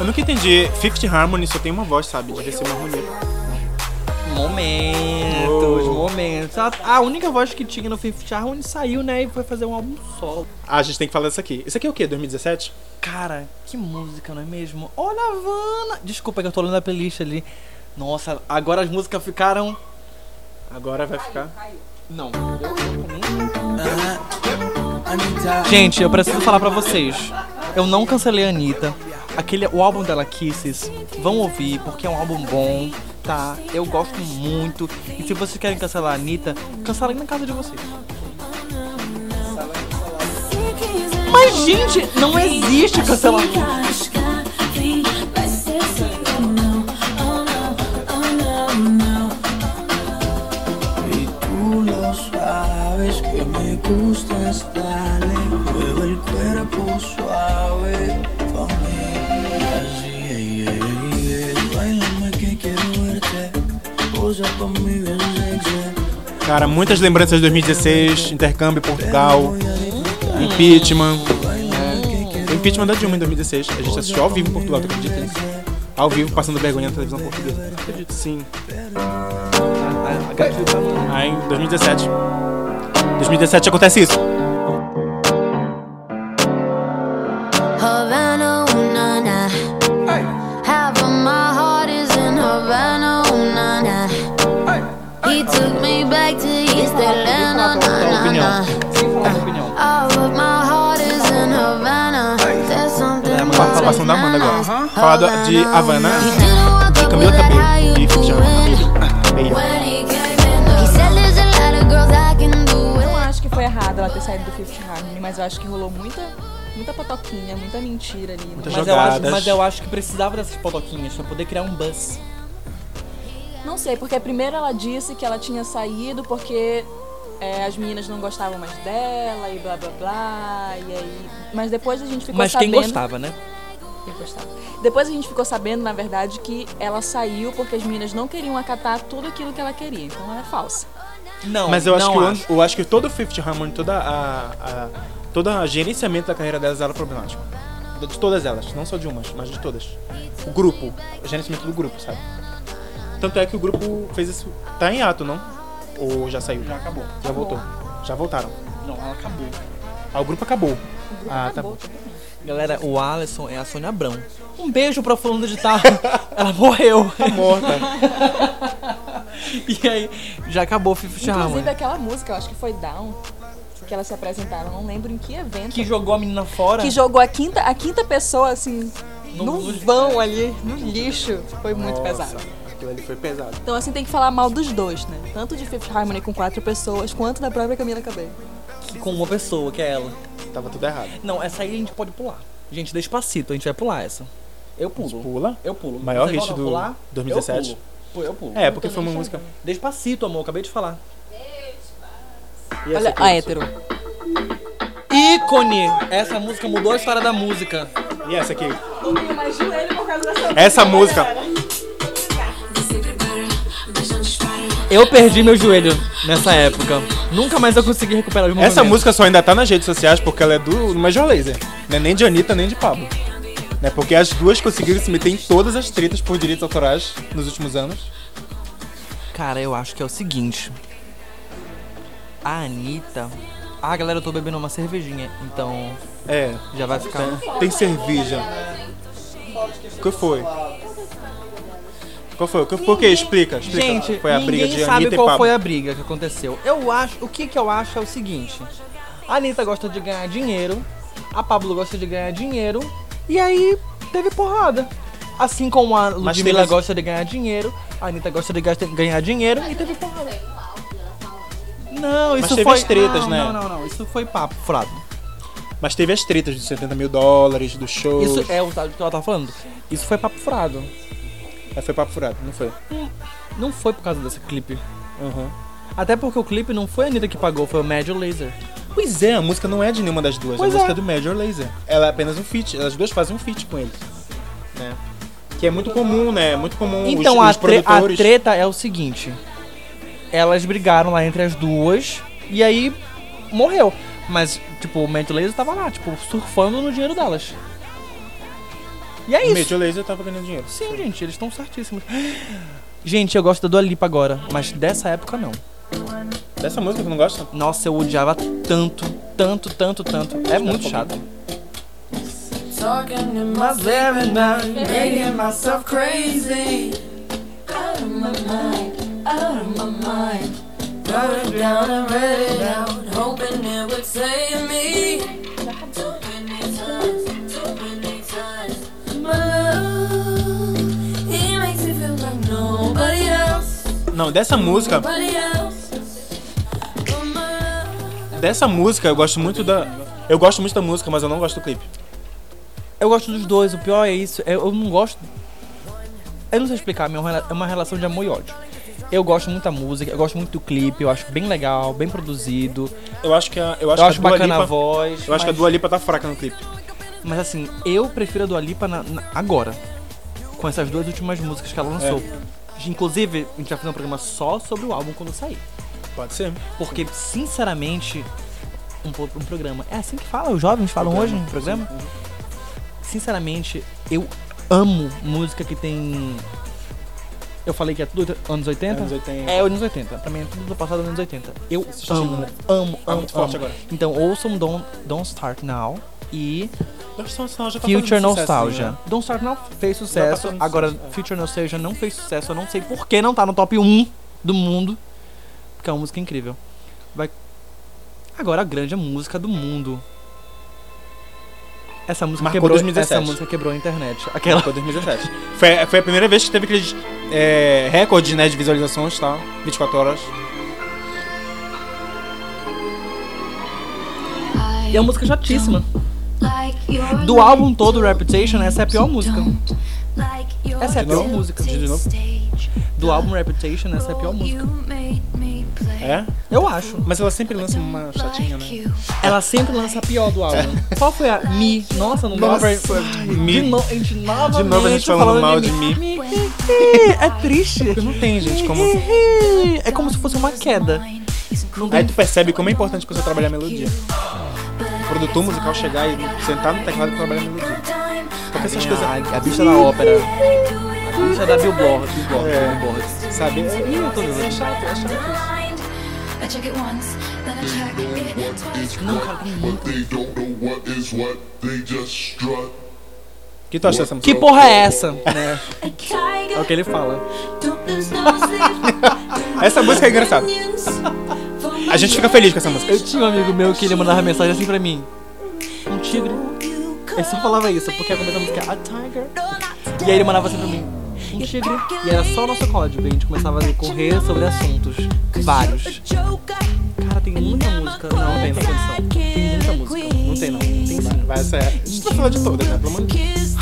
Speaker 3: Eu nunca entendi. Fifth Harmony só tem uma voz, sabe? Devia ser uma harmonia.
Speaker 1: Momentos, momentos. A, a única voz que tinha no Fifth Harmony saiu, né? E foi fazer um álbum solo.
Speaker 3: Ah, a gente tem que falar disso aqui. Isso aqui é o quê? 2017?
Speaker 1: Cara, que música, não é mesmo? Olha a Havana! Desculpa que eu tô olhando a playlist ali. Nossa, agora as músicas ficaram.
Speaker 3: Agora vai ficar.
Speaker 1: Não. Gente, eu preciso falar pra vocês. Eu não cancelei a Anitta. Aquele, o álbum dela, Kisses, vão ouvir, porque é um álbum bom, tá? Eu gosto muito. E se vocês querem cancelar a Anitta, cancelem na casa de vocês. Mas, gente, não existe cancelamento.
Speaker 10: Y tú lo sabes que me gusta estar Mueve el cuerpo suave pa' mí. Así, ey, ey, ey. Báilame que quiero verte Posa pa' mí bien sexy
Speaker 3: Cara, muitas lembranças de 2016, intercâmbio, Portugal, impeachment. né? O impeachment da Dilma em 2016. A gente assistiu ao vivo em Portugal, tu acredita nisso? Ao vivo, passando vergonha na televisão portuguesa. Acredito, sim. Aí em 2017. 2017 acontece isso.
Speaker 12: Havana, ooh, na, na. Half of my heart is in Havana, ooh, na, na. He took me back to East Atlanta, na, na, na. All of my heart is in Havana. There's something
Speaker 3: É a participação da Amanda agora. Falar da- de Havana, de Camila Cabello e Fifth Harmony. Beijo.
Speaker 11: Eu acho que foi errado ela ter saído do Fifth Harmony, mas eu acho que rolou muita, muita patoquinha, muita mentira ali. né?
Speaker 1: Mas
Speaker 11: Mas
Speaker 1: eu, acho,
Speaker 3: jogadas.
Speaker 1: mas eu acho que precisava dessas potoquinhas pra poder criar um buzz.
Speaker 11: eu não sei, porque primeiro ela disse que ela tinha saído porque é, as meninas não gostavam mais dela e blá blá blá. E aí. Mas depois a gente ficou
Speaker 1: Mas quem
Speaker 11: sabendo.
Speaker 1: gostava, né?
Speaker 11: Quem gostava. Depois a gente ficou sabendo, na verdade, que ela saiu porque as meninas não queriam acatar tudo aquilo que ela queria. Então ela é falsa.
Speaker 1: Não,
Speaker 3: Mas eu acho
Speaker 1: não
Speaker 3: que o
Speaker 1: acho.
Speaker 3: an- eu acho que todo o Fifth Harmony, toda a, a todo o gerenciamento da carreira delas era problemático. De- De todas elas, não só de umas, mas de todas. O grupo, o gerenciamento do grupo, sabe? Tanto é que o grupo fez isso. Tá em ato, não? Ou já saiu? Já acabou. Já voltou. Já voltaram.
Speaker 1: Não, ela acabou.
Speaker 3: Ah, o grupo acabou. ah, tá bom.
Speaker 1: Galera, o Alisson é a Sônia Abrão. Um beijo pra fulano de tal. Ela morreu. Tá
Speaker 3: morta.
Speaker 1: e aí, já acabou o Fifth
Speaker 11: Inclusive
Speaker 1: Harmony.
Speaker 11: aquela música, eu acho que foi Down, que elas se apresentaram, não lembro em que evento.
Speaker 1: Que jogou a menina fora.
Speaker 11: Que jogou a quinta, a quinta pessoa, assim,
Speaker 1: No-
Speaker 11: no,
Speaker 1: no-
Speaker 3: né?
Speaker 11: vão ali, no lixo. Foi muito pesado.
Speaker 3: Aquilo ali foi pesado.
Speaker 11: Então, assim, tem que falar mal dos dois, né? Tanto de Fifth Harmony com quatro pessoas, quanto da própria Camila Cabello.
Speaker 1: Com uma pessoa, que é ela.
Speaker 3: Tava tudo errado.
Speaker 1: Não, essa aí a gente pode pular. Gente, despacito, a gente vai pular essa. Eu pulo.
Speaker 3: Pula.
Speaker 1: Eu pulo.
Speaker 3: Maior
Speaker 1: Vocês
Speaker 3: hit
Speaker 1: voltam a
Speaker 3: do
Speaker 1: pular?
Speaker 3: 2017.
Speaker 1: Eu pulo. Pô, eu pulo.
Speaker 3: É, porque foi uma música.
Speaker 1: Despacito, amor, acabei de falar.
Speaker 3: E essa
Speaker 11: Olha,
Speaker 3: aqui?
Speaker 11: a hétero.
Speaker 1: Ícone! Essa música mudou a história da música.
Speaker 3: E essa aqui?
Speaker 11: Não tenho mais joelho por causa dessa
Speaker 3: Essa música.
Speaker 1: Eu perdi meu joelho nessa época. Nunca mais eu consegui recuperar os movimentos.
Speaker 3: Essa música só ainda tá nas redes sociais porque ela é do, do Major Laser. Não é nem de Anitta, nem de Pablo. Né? Porque as duas conseguiram se meter em todas as tretas por direitos autorais nos últimos anos.
Speaker 1: Cara, eu acho que é o seguinte. A Anitta, Ah, galera, eu tô bebendo uma cervejinha, então.
Speaker 3: É.
Speaker 1: Já vai ficar.
Speaker 3: Tem, tem cerveja. O que foi? Qual foi? O que- Por que? Explica, explica.
Speaker 1: Gente,
Speaker 3: foi a briga
Speaker 1: ninguém
Speaker 3: de
Speaker 1: sabe
Speaker 3: Anitta e
Speaker 1: qual
Speaker 3: Pablo.
Speaker 1: foi a briga que aconteceu. Eu acho, o que que eu acho é o seguinte. A Anitta gosta de ganhar dinheiro, a Pablo gosta de ganhar dinheiro, e aí teve porrada. Assim como a
Speaker 3: Mas
Speaker 1: Ludmilla
Speaker 3: teve-
Speaker 1: gosta de ganhar dinheiro, a Anitta gosta de gasta- ganhar dinheiro e teve porrada. Não,
Speaker 3: Mas
Speaker 1: isso
Speaker 3: teve
Speaker 1: foi...
Speaker 3: as tretas,
Speaker 1: não, Não,
Speaker 3: né?
Speaker 1: não, não, isso foi papo furado.
Speaker 3: Mas teve as tretas dos 70 mil dólares, do show.
Speaker 1: Isso é o sabe o que ela tá falando? Isso foi papo furado.
Speaker 3: Mas foi papo furado, não foi?
Speaker 1: Não foi por causa desse clipe.
Speaker 3: Uhum.
Speaker 1: Até porque o clipe não foi a Anitta que pagou, foi o Major Laser.
Speaker 3: Pois é, a música não é de nenhuma das duas.
Speaker 1: Pois
Speaker 3: a música
Speaker 1: é.
Speaker 3: é do Major Laser. Ela é apenas um feat. As duas fazem um feat com ele. Né? Que é muito comum, né? É muito comum
Speaker 1: Então
Speaker 3: os,
Speaker 1: a,
Speaker 3: os
Speaker 1: tre- a
Speaker 3: produtores...
Speaker 1: treta é o seguinte: elas brigaram lá entre as duas e aí morreu. Mas, tipo, o Mental Laser tava lá, tipo, surfando no dinheiro delas. E é
Speaker 3: O
Speaker 1: isso.
Speaker 3: Major Laser tava ganhando dinheiro.
Speaker 1: Sim, gente, eles estão certíssimos. Gente, eu gosto da Dua Lipa agora, mas dessa época não.
Speaker 3: Dessa música tu não gosta?
Speaker 1: Nossa, eu odiava tanto, tanto, tanto, tanto. É muito
Speaker 3: um
Speaker 1: chato.
Speaker 10: Talking to myself at night, making myself crazy. Out of my mind, out of my mind. Wrote it down and read it out, hoping it would save me. Too many times, too many times. My love, he makes me feel like nobody else,
Speaker 3: Não, dessa música...
Speaker 10: nobody else. But my love.
Speaker 3: Dessa música eu gosto muito da... Eu gosto muito da música, mas eu não gosto do clipe.
Speaker 1: Eu gosto dos dois, o pior é isso. Eu, eu não gosto. Eu não sei explicar, meu rela- é uma relação de amor e ódio. Eu gosto muito da música, eu gosto muito do clipe, eu acho bem legal, bem produzido.
Speaker 3: Eu acho que a, eu acho
Speaker 1: Eu
Speaker 3: que
Speaker 1: acho
Speaker 3: a Dua
Speaker 1: bacana
Speaker 3: Lipa,
Speaker 1: a voz,
Speaker 3: Eu acho que a
Speaker 1: mas-
Speaker 3: Dua Lipa tá fraca no clipe.
Speaker 1: Mas assim, eu prefiro a Dua Lipa na- na- agora. Com essas duas últimas músicas que ela lançou.
Speaker 3: É.
Speaker 1: Inclusive, a gente vai fazer um programa só sobre o álbum quando sair.
Speaker 3: Pode ser.
Speaker 1: Porque, sinceramente, um, po- um programa. É assim que fala, os jovens falam
Speaker 3: Programa,
Speaker 1: hoje no programa? Sinceramente, eu amo música que tem. Eu falei que é tudo anos 80?
Speaker 3: Anos 80.
Speaker 1: É, anos 80. Pra mim é tudo do passado anos 80. Eu
Speaker 3: estilo,
Speaker 1: amo,
Speaker 3: né?
Speaker 1: amo,
Speaker 3: Tá
Speaker 1: amo,
Speaker 3: muito forte
Speaker 1: amo.
Speaker 3: agora.
Speaker 1: Então, ouçam Don't, Don't Start Now e
Speaker 3: Nossa, nossa, nossa, já tá
Speaker 1: Future
Speaker 3: fazendo sucesso,
Speaker 1: Nostalgia.
Speaker 3: né?
Speaker 1: Don't Start Now fez
Speaker 3: Já tá
Speaker 1: sucesso,
Speaker 3: fazendo
Speaker 1: agora
Speaker 3: sucesso, é.
Speaker 1: Future Nostalgia não fez sucesso, eu não sei por que não tá no top 1 do mundo, porque é uma música incrível. Vai... Agora a grande música do mundo. Essa música,
Speaker 3: Marcou
Speaker 1: quebrou,
Speaker 3: 2017.
Speaker 1: essa música quebrou a internet. Aquela.
Speaker 3: Marcou 2017. Foi, foi a primeira vez que teve aqueles é, recordes né, de visualizações e tal. 24 horas.
Speaker 1: E é uma música chatíssima. Do álbum todo, Reputation, essa é a pior música. Essa é a pior música.
Speaker 3: De novo?
Speaker 1: Do álbum Reputation, essa é a pior música.
Speaker 3: É?
Speaker 1: Eu acho.
Speaker 3: Mas ela sempre lança uma chatinha, né?
Speaker 1: Ela sempre lança a pior do álbum. Qual foi a Mi? Nossa, não
Speaker 3: Nossa,
Speaker 1: lembro.
Speaker 3: Mi.
Speaker 1: De, no, a gente novamente
Speaker 3: De novo a gente falando mal de Mi.
Speaker 1: É triste.
Speaker 3: Não tem, gente, como...
Speaker 1: Uhum.
Speaker 3: assim?
Speaker 1: É como se fosse uma queda.
Speaker 3: Aí tu percebe como é importante você trabalhar a melodia. O produtor musical chegar e sentar no teclado e trabalhar a melodia. Porque essas coisas...
Speaker 1: A, a bicha da ópera. A bicha da Billboard. Billboard,
Speaker 3: É.
Speaker 1: Billboard.
Speaker 3: Sabe? Ih, eu tô
Speaker 1: É chato, é chato.
Speaker 2: I check it once, then I check it twice.
Speaker 13: But they don't know what is what, they just strut.
Speaker 3: O que tu acha dessa música?
Speaker 1: Que porra é essa? né?
Speaker 2: Tiger,
Speaker 1: É o que ele fala.
Speaker 2: don't lose no sleep.
Speaker 3: Essa música é engraçada. A gente fica feliz com essa música.
Speaker 1: Eu tinha um amigo meu que ele mandava mensagem assim pra mim. Um tigre. Ele só falava isso, porque começou a música A Tiger. E aí ele mandava assim pra mim. Um tigre. E era só o nosso código. E a gente começava a correr sobre assuntos. Vários. Cara, tem muita música. Não, tem na condição. Tem muita música. Não tem não. Tem sim.
Speaker 3: Vai, essa é... A gente tá falando de todas, né? Pelo amor de Deus.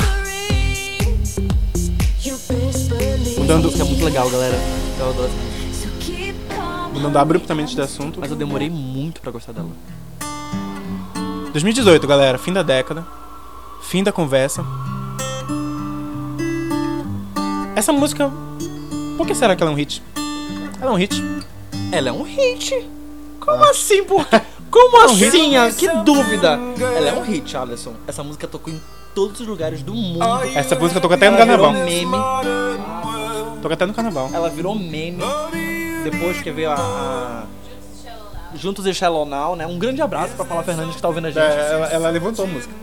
Speaker 1: Mudando, que é muito legal, galera. Eu adoro.
Speaker 3: Mudando abruptamente de assunto.
Speaker 1: Mas eu demorei muito pra gostar dela.
Speaker 3: 2018, galera. Fim da década. Fim da conversa. Essa música... Por que será que ela é um hit? Ela é um hit.
Speaker 1: Ela é um hit. Como assim, por quê? Como
Speaker 3: Ah. um hit.
Speaker 1: assim? Ah, Que dúvida. Ela é um hit, Alisson. Essa música tocou em todos os lugares do mundo.
Speaker 3: Essa música toca até no
Speaker 1: Ela virou
Speaker 3: carnaval.
Speaker 1: meme.
Speaker 3: Toca até no carnaval.
Speaker 1: Ela virou meme. Depois que veio a, a- Juntos e Shallow Now, né? Um grande abraço pra Paula Fernandes que tá ouvindo a gente.
Speaker 3: É, ela, ela levantou a música.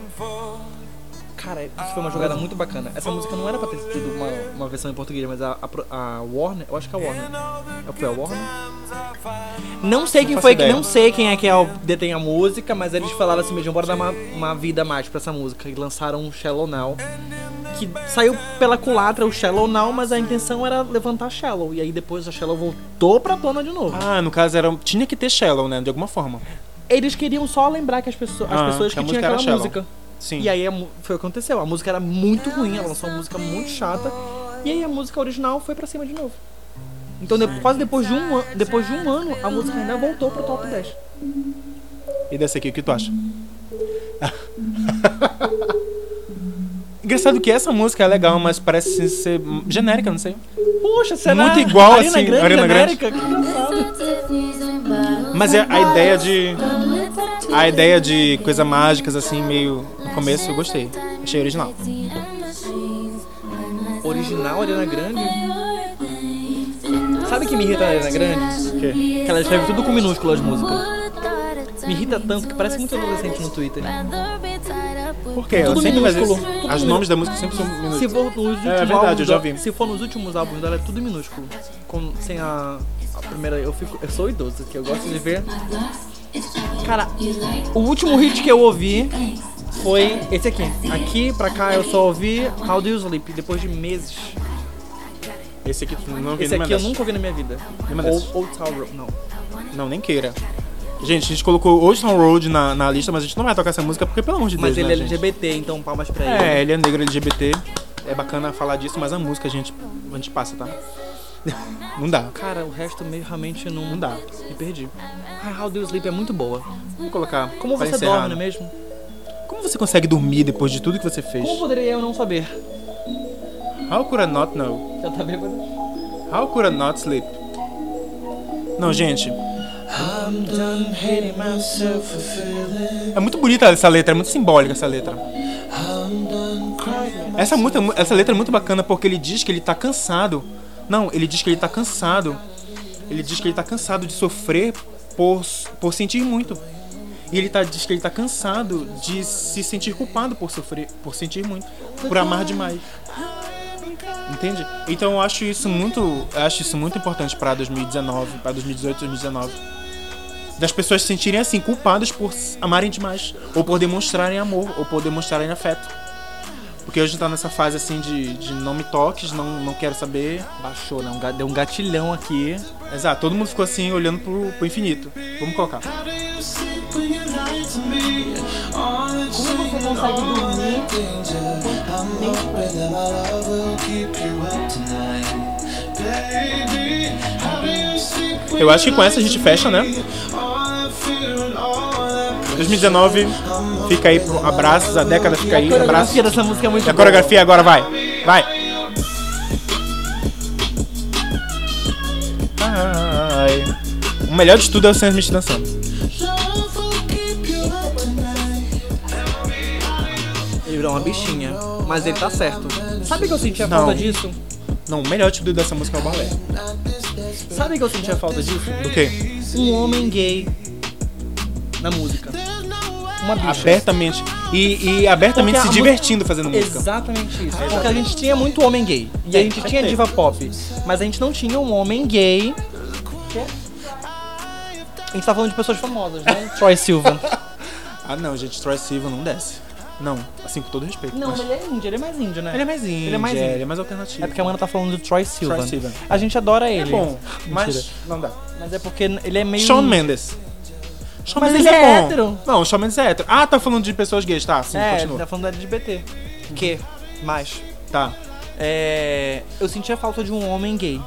Speaker 1: Cara, isso foi uma jogada muito bacana. Essa música não era pra ter tido uma, uma versão em português, mas a, a pro- a Warner, eu acho que é a Warner. É- Foi a Warner? Não sei quem
Speaker 3: faço
Speaker 1: foi,
Speaker 3: ideia.
Speaker 1: não sei quem é que é o- detém a música, mas eles falaram assim mesmo, bora dar uma, uma vida a mais pra essa música. E lançaram o Shallow Now, que saiu pela culatra o Shallow Now, mas a intenção era levantar Shallow. E aí depois a Shallow voltou pra plana de novo.
Speaker 3: Ah, no caso era, tinha que ter Shallow, né? De alguma forma.
Speaker 1: Eles queriam só lembrar que as, pesso as
Speaker 3: Ah,
Speaker 1: pessoas
Speaker 3: que a
Speaker 1: que tinham
Speaker 3: música era
Speaker 1: aquela
Speaker 3: Shallow.
Speaker 1: música.
Speaker 3: Sim.
Speaker 1: E aí a mu- foi o que aconteceu. A música era muito ruim, ela lançou uma música muito chata. E aí a música original foi pra cima de novo. Então de- quase depois de, um an- depois de um ano, a música ainda voltou pro top 10.
Speaker 3: E dessa aqui, o que tu acha? Engraçado que essa música é legal, mas parece ser genérica, não sei.
Speaker 1: Poxa, será?
Speaker 3: Muito igual,
Speaker 1: Arena
Speaker 3: assim,
Speaker 1: Grande,
Speaker 3: Arena Grande.
Speaker 1: genérica? Que engraçado.
Speaker 3: Mas é a ideia de. A ideia de coisas mágicas, assim, meio. No começo eu gostei. Achei original.
Speaker 1: Original Arena Grande? Sabe o que me irrita na Arena Grande?
Speaker 3: O quê?
Speaker 1: Que ela escreve tudo com minúsculas as músicas. Me irrita tanto que parece muito adolescente no Twitter.
Speaker 3: Por quê? Ela
Speaker 1: Tudo
Speaker 3: sempre faz
Speaker 1: minúsculo.
Speaker 3: isso.
Speaker 1: Tudo
Speaker 3: As
Speaker 1: minúsculo.
Speaker 3: nomes da música sempre são minúsculos.
Speaker 1: Se for nos últimos
Speaker 3: É
Speaker 1: álbuns
Speaker 3: verdade, eu já
Speaker 1: dela-
Speaker 3: vi.
Speaker 1: Se for nos últimos álbuns dela, é tudo minúsculo. Com- sem a, a primeira. Eu, fico, eu sou idoso, que eu gosto de ver. Cara, o último hit que eu ouvi foi esse aqui. Aqui pra cá eu só ouvi How Do You Sleep, depois de meses.
Speaker 3: Esse aqui tu não é ouviu
Speaker 1: Esse
Speaker 3: nenhuma
Speaker 1: aqui eu
Speaker 3: dessas.
Speaker 1: nunca ouvi na minha vida.
Speaker 3: Nenhuma dessas.
Speaker 1: Ou Old Town Road, não.
Speaker 3: Não, nem queira. Gente, a gente colocou Old Town Road na, na lista, mas a gente não vai tocar essa música porque, pelo amor de
Speaker 1: Mas
Speaker 3: Deus,
Speaker 1: ele
Speaker 3: né,
Speaker 1: é
Speaker 3: gente?
Speaker 1: LGBT, então palmas pra ele.
Speaker 3: É, ele é negro LGBT. É bacana falar disso, mas a música a gente, a gente passa, tá? Não dá.
Speaker 1: Cara, o resto meio realmente não, não dá. Me perdi. Ah, How Do You Sleep é muito boa.
Speaker 3: Vamos colocar.
Speaker 1: Como
Speaker 3: pra
Speaker 1: você
Speaker 3: encerrar,
Speaker 1: dorme, não é
Speaker 3: né?
Speaker 1: mesmo?
Speaker 3: Como você consegue dormir depois de tudo que você fez?
Speaker 1: Como poderia eu não saber?
Speaker 3: How could I not know?
Speaker 1: Já tá bêbado?
Speaker 3: How could I not sleep? Não, gente. É muito bonita essa letra, é muito simbólica essa letra. Essa, muita, essa letra é muito bacana porque ele diz que ele tá cansado. Não, ele diz que ele tá cansado. Ele diz que ele tá cansado de sofrer por, por sentir muito. E ele tá, diz que ele tá cansado de se sentir culpado por sofrer, por sentir muito, por amar demais. Entende? Então eu acho isso muito, eu acho isso muito importante pra 2019, pra 2018, 2019. Das pessoas se sentirem assim culpadas por s- amarem demais, ou por demonstrarem amor, ou por demonstrarem afeto. Porque hoje tá nessa fase assim de, de não me toques, não, não quero saber.
Speaker 1: Baixou, não, deu um gatilhão aqui.
Speaker 3: Exato, todo mundo ficou assim olhando pro, pro infinito. Vamos colocar.
Speaker 10: Como você consegue dormir?
Speaker 3: Eu acho que com essa a gente fecha, né? 2019 fica aí, pro- abraços, a década fica aí,
Speaker 1: A coreografia
Speaker 3: abraços.
Speaker 1: dessa música é muito
Speaker 3: E a
Speaker 1: boa.
Speaker 3: coreografia agora vai, vai. Ai. O melhor de tudo é o Sam Smith dançando.
Speaker 1: Ele virou uma bichinha. Mas ele tá certo. Sabe que eu senti a falta
Speaker 3: Não.
Speaker 1: disso?
Speaker 3: Não, o melhor de tudo dessa música é o balé.
Speaker 1: Sabe que eu senti a falta disso?
Speaker 3: O quê?
Speaker 1: Um homem gay na música. Uma bicha.
Speaker 3: Abertamente. E, e abertamente
Speaker 1: Porque
Speaker 3: se
Speaker 1: a
Speaker 3: divertindo fazendo música.
Speaker 1: Exatamente isso. Porque a gente tinha muito homem gay. E a gente tinha diva pop. Mas a gente não tinha um homem gay. A gente tá falando de pessoas famosas, né? Troy Silva.
Speaker 3: Ah não, gente, Troy Silva não desce. Não, assim, com todo respeito.
Speaker 1: Não,
Speaker 3: mas-
Speaker 1: ele é índio, ele é mais índio, né?
Speaker 3: Ele é mais índio,
Speaker 1: Ele é mais
Speaker 3: é,
Speaker 1: índio.
Speaker 3: ele é mais alternativo.
Speaker 1: É porque a Mana tá falando do Troy Silva.
Speaker 3: Troye Sivan.
Speaker 1: A gente adora
Speaker 3: É
Speaker 1: ele.
Speaker 3: bom, mas
Speaker 1: Mentira.
Speaker 3: não dá.
Speaker 1: Mas é porque ele é meio.
Speaker 3: Shawn Mendes. Shawn
Speaker 1: Mas
Speaker 3: Mendes
Speaker 1: ele é
Speaker 3: bom.
Speaker 1: hétero.
Speaker 3: Não, Shawn Mendes é hétero. Ah, tá falando de pessoas gays, tá? Sim,
Speaker 1: é, ele
Speaker 3: continua.
Speaker 1: tá falando da LGBT. Que? Mais.
Speaker 3: Tá.
Speaker 1: É, eu sentia falta de um homem gay.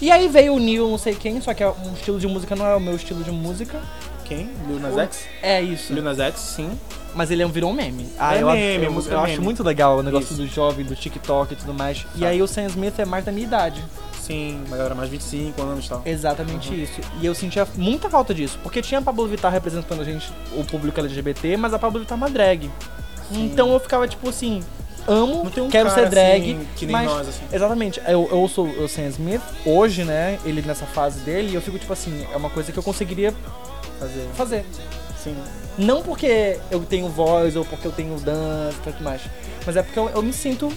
Speaker 1: E aí veio o Neil, não sei quem, só que é um estilo de música não é o meu estilo de música.
Speaker 3: Quem? Lil Nas X?
Speaker 1: É isso.
Speaker 3: Lil Nas X, sim.
Speaker 1: Mas ele é um virou um meme. Ah,
Speaker 3: É
Speaker 1: eu,
Speaker 3: meme,
Speaker 1: eu,
Speaker 3: música
Speaker 1: eu
Speaker 3: é
Speaker 1: acho
Speaker 3: meme.
Speaker 1: muito legal o negócio do jovem, do TikTok e tudo mais. E aí o Sam Smith é mais da minha idade.
Speaker 3: Sim, mas eu era mais 25 anos e tal.
Speaker 1: Exatamente isso. E eu sentia muita falta disso, porque tinha a Pablo Vittar representando a gente, o público LGBT, mas a Pablo Vittar é uma drag. Então eu ficava tipo assim, amo,
Speaker 3: Não tem um
Speaker 1: quero
Speaker 3: cara,
Speaker 1: ser drag.
Speaker 3: assim, que nem
Speaker 1: mas,
Speaker 3: nós, assim.
Speaker 1: Exatamente. Eu, eu ouço o Sam Smith hoje, né? Ele nessa fase dele, e eu fico tipo assim, é uma coisa que eu conseguiria
Speaker 3: Fazer.
Speaker 1: fazer.
Speaker 3: Sim.
Speaker 1: Não porque eu tenho voz ou porque eu tenho dança e tudo mais. Mas é porque eu, eu me sinto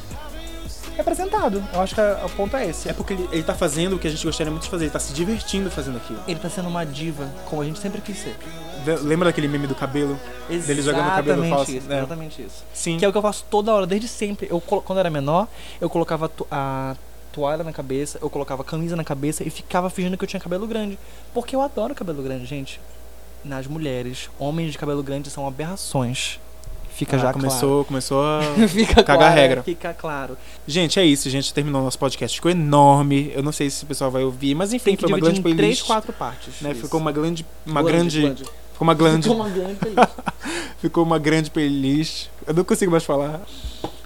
Speaker 1: representado. Eu acho que a- o ponto é esse.
Speaker 3: É porque ele, ele tá fazendo o que a gente gostaria muito de fazer, ele tá se divertindo fazendo aquilo.
Speaker 1: Ele tá sendo uma diva, como a gente sempre quis ser.
Speaker 3: Ve- Lembra daquele meme do cabelo? Dele jogando o cabelo
Speaker 1: Exatamente
Speaker 3: falso?
Speaker 1: isso,
Speaker 3: né?
Speaker 1: Exatamente isso.
Speaker 3: Sim.
Speaker 1: Que é o que eu faço toda hora, desde sempre. Eu, colo- quando eu era menor, eu colocava to- a toalha na cabeça, eu colocava a camisa na cabeça e ficava fingindo que eu tinha cabelo grande. Porque eu adoro cabelo grande, gente. Nas mulheres, homens de cabelo grande são aberrações. Fica
Speaker 3: Ah,
Speaker 1: já
Speaker 3: começou, começou a
Speaker 1: claro. Fica
Speaker 3: cagar
Speaker 1: claro,
Speaker 3: a regra.
Speaker 1: Fica claro.
Speaker 3: Gente, é isso, gente. Terminou o nosso podcast. Ficou enorme. Eu não sei se o pessoal vai ouvir, mas enfim,
Speaker 1: Tem que
Speaker 3: foi uma
Speaker 1: dividir
Speaker 3: grande
Speaker 1: em três,
Speaker 3: playlist.
Speaker 1: quatro partes.
Speaker 3: né?
Speaker 1: Isso.
Speaker 3: Ficou uma grande. Uma
Speaker 1: Glande,
Speaker 3: grande.
Speaker 1: glande.
Speaker 3: Ficou uma grande.
Speaker 1: Ficou uma grande playlist.
Speaker 3: Ficou uma grande playlist. Eu não consigo mais falar.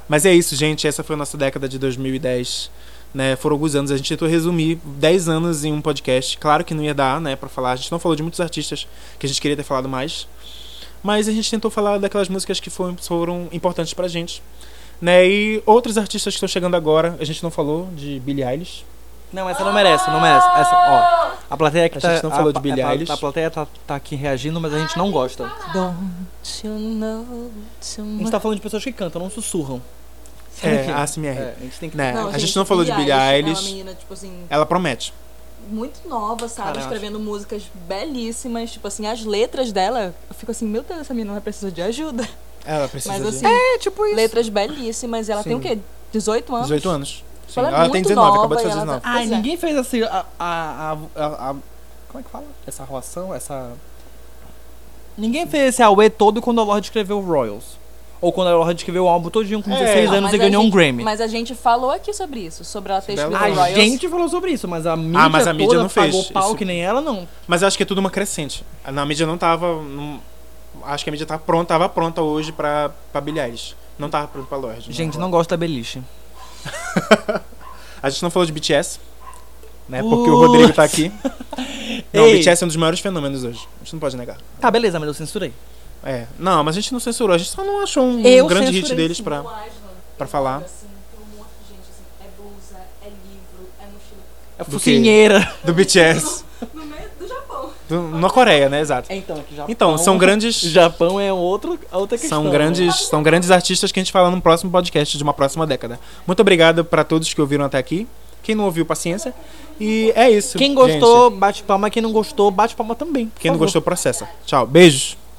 Speaker 3: Mas é isso, gente. Essa foi a nossa década de 2010. Né? Foram alguns anos. A gente tentou resumir 10 anos em um podcast. Claro que não ia dar, né, pra falar. A gente não falou de muitos artistas que a gente queria ter falado mais. Mas a gente tentou falar daquelas músicas que foram, foram importantes pra gente. Né? E outros artistas que estão chegando agora. A gente não falou de Billie Eilish.
Speaker 1: Não, essa não merece, não merece. Essa, ó. A plateia que
Speaker 3: A
Speaker 1: tá,
Speaker 3: gente não falou de
Speaker 1: pa-
Speaker 3: Billie
Speaker 1: a-
Speaker 3: Eilish.
Speaker 1: A plateia tá, tá aqui reagindo, mas a gente não gosta.
Speaker 9: Don't you know too
Speaker 1: A gente tá falando de pessoas que cantam, não sussurram.
Speaker 3: É,
Speaker 1: Enfim.
Speaker 3: ASMR.
Speaker 1: É, a gente tem que...
Speaker 3: Né? a gente não falou de Billie
Speaker 11: É uma
Speaker 3: Eilish.
Speaker 11: menina, tipo assim,
Speaker 3: Ela promete.
Speaker 11: muito nova, sabe?
Speaker 3: Cara, eu
Speaker 11: Escrevendo músicas belíssimas. Tipo assim, as letras dela, eu fico assim, meu Deus, essa menina vai precisar de ajuda.
Speaker 3: Ela precisa
Speaker 11: Mas
Speaker 3: de... um
Speaker 11: assim, letras belíssimas. E ela tem o
Speaker 3: Sim.
Speaker 11: quê? 18 anos?
Speaker 3: 18 anos. Sim.
Speaker 11: Ela
Speaker 3: Ela,
Speaker 11: é
Speaker 3: tem
Speaker 11: muito
Speaker 3: 19,
Speaker 11: nova
Speaker 3: acabou de
Speaker 11: e
Speaker 3: fazer
Speaker 11: ela tá-
Speaker 3: 19.
Speaker 1: Ai,
Speaker 11: Pois é.
Speaker 1: ninguém fez assim a, a, a, a- a- Como é que fala? Essa arruação, essa. Ninguém fez esse Aue todo quando a Lorde escreveu Royals. Ou quando a Lorde escreveu o álbum todinho com
Speaker 3: É.
Speaker 1: 16
Speaker 11: Não,
Speaker 1: anos
Speaker 11: mas
Speaker 1: e
Speaker 11: a
Speaker 1: ganhou um
Speaker 11: gente-
Speaker 1: Grammy.
Speaker 11: Mas a gente falou aqui sobre isso, sobre ela ter
Speaker 3: Sobre
Speaker 11: escrito
Speaker 3: ela.
Speaker 1: A
Speaker 3: Royals.
Speaker 1: gente falou sobre isso, mas a mídia,
Speaker 3: Ah, mas a mídia
Speaker 1: toda
Speaker 3: não fez.
Speaker 1: pagou pau
Speaker 3: Isso-
Speaker 1: que nem ela, não.
Speaker 3: Mas eu acho que é tudo uma crescente. Na mídia não tava. não- Acho que a mídia tá pronta, tava pronta hoje pra, pra Billie Eilish. Não tava pronta pra Lorde. né?
Speaker 1: Gente, não gosto da beliche.
Speaker 3: A gente não falou de BTS, né? Porque o Rodrigo tá aqui. Não, o
Speaker 1: Ei.
Speaker 3: BTS é um dos maiores fenômenos hoje. A gente não pode negar.
Speaker 1: Tá, beleza, mas eu censurei.
Speaker 3: É. Não, mas a gente não censurou, a gente só não achou um
Speaker 1: Eu
Speaker 3: grande hit
Speaker 1: censurei.
Speaker 3: deles pra, pra falar.
Speaker 11: É blusa, é livro, é mochila.
Speaker 1: É
Speaker 3: Do quê?
Speaker 1: focinheira.
Speaker 3: Do BTS.
Speaker 11: No meio do Japão.
Speaker 3: Do- na Coreia, né? Exato.
Speaker 1: Então, é que Japão,
Speaker 3: Então, são grandes.
Speaker 1: Japão é outro, outra questão. né?
Speaker 3: São grandes, são grandes artistas que a gente fala num próximo podcast de uma próxima década. Muito obrigado pra todos que ouviram até aqui. Quem não ouviu, paciência. E é isso.
Speaker 1: Quem
Speaker 3: gente.
Speaker 1: gostou, bate palma. Quem não gostou, bate palma também. por
Speaker 3: Quem não
Speaker 1: favor.
Speaker 3: gostou, processa. Tchau. Beijos.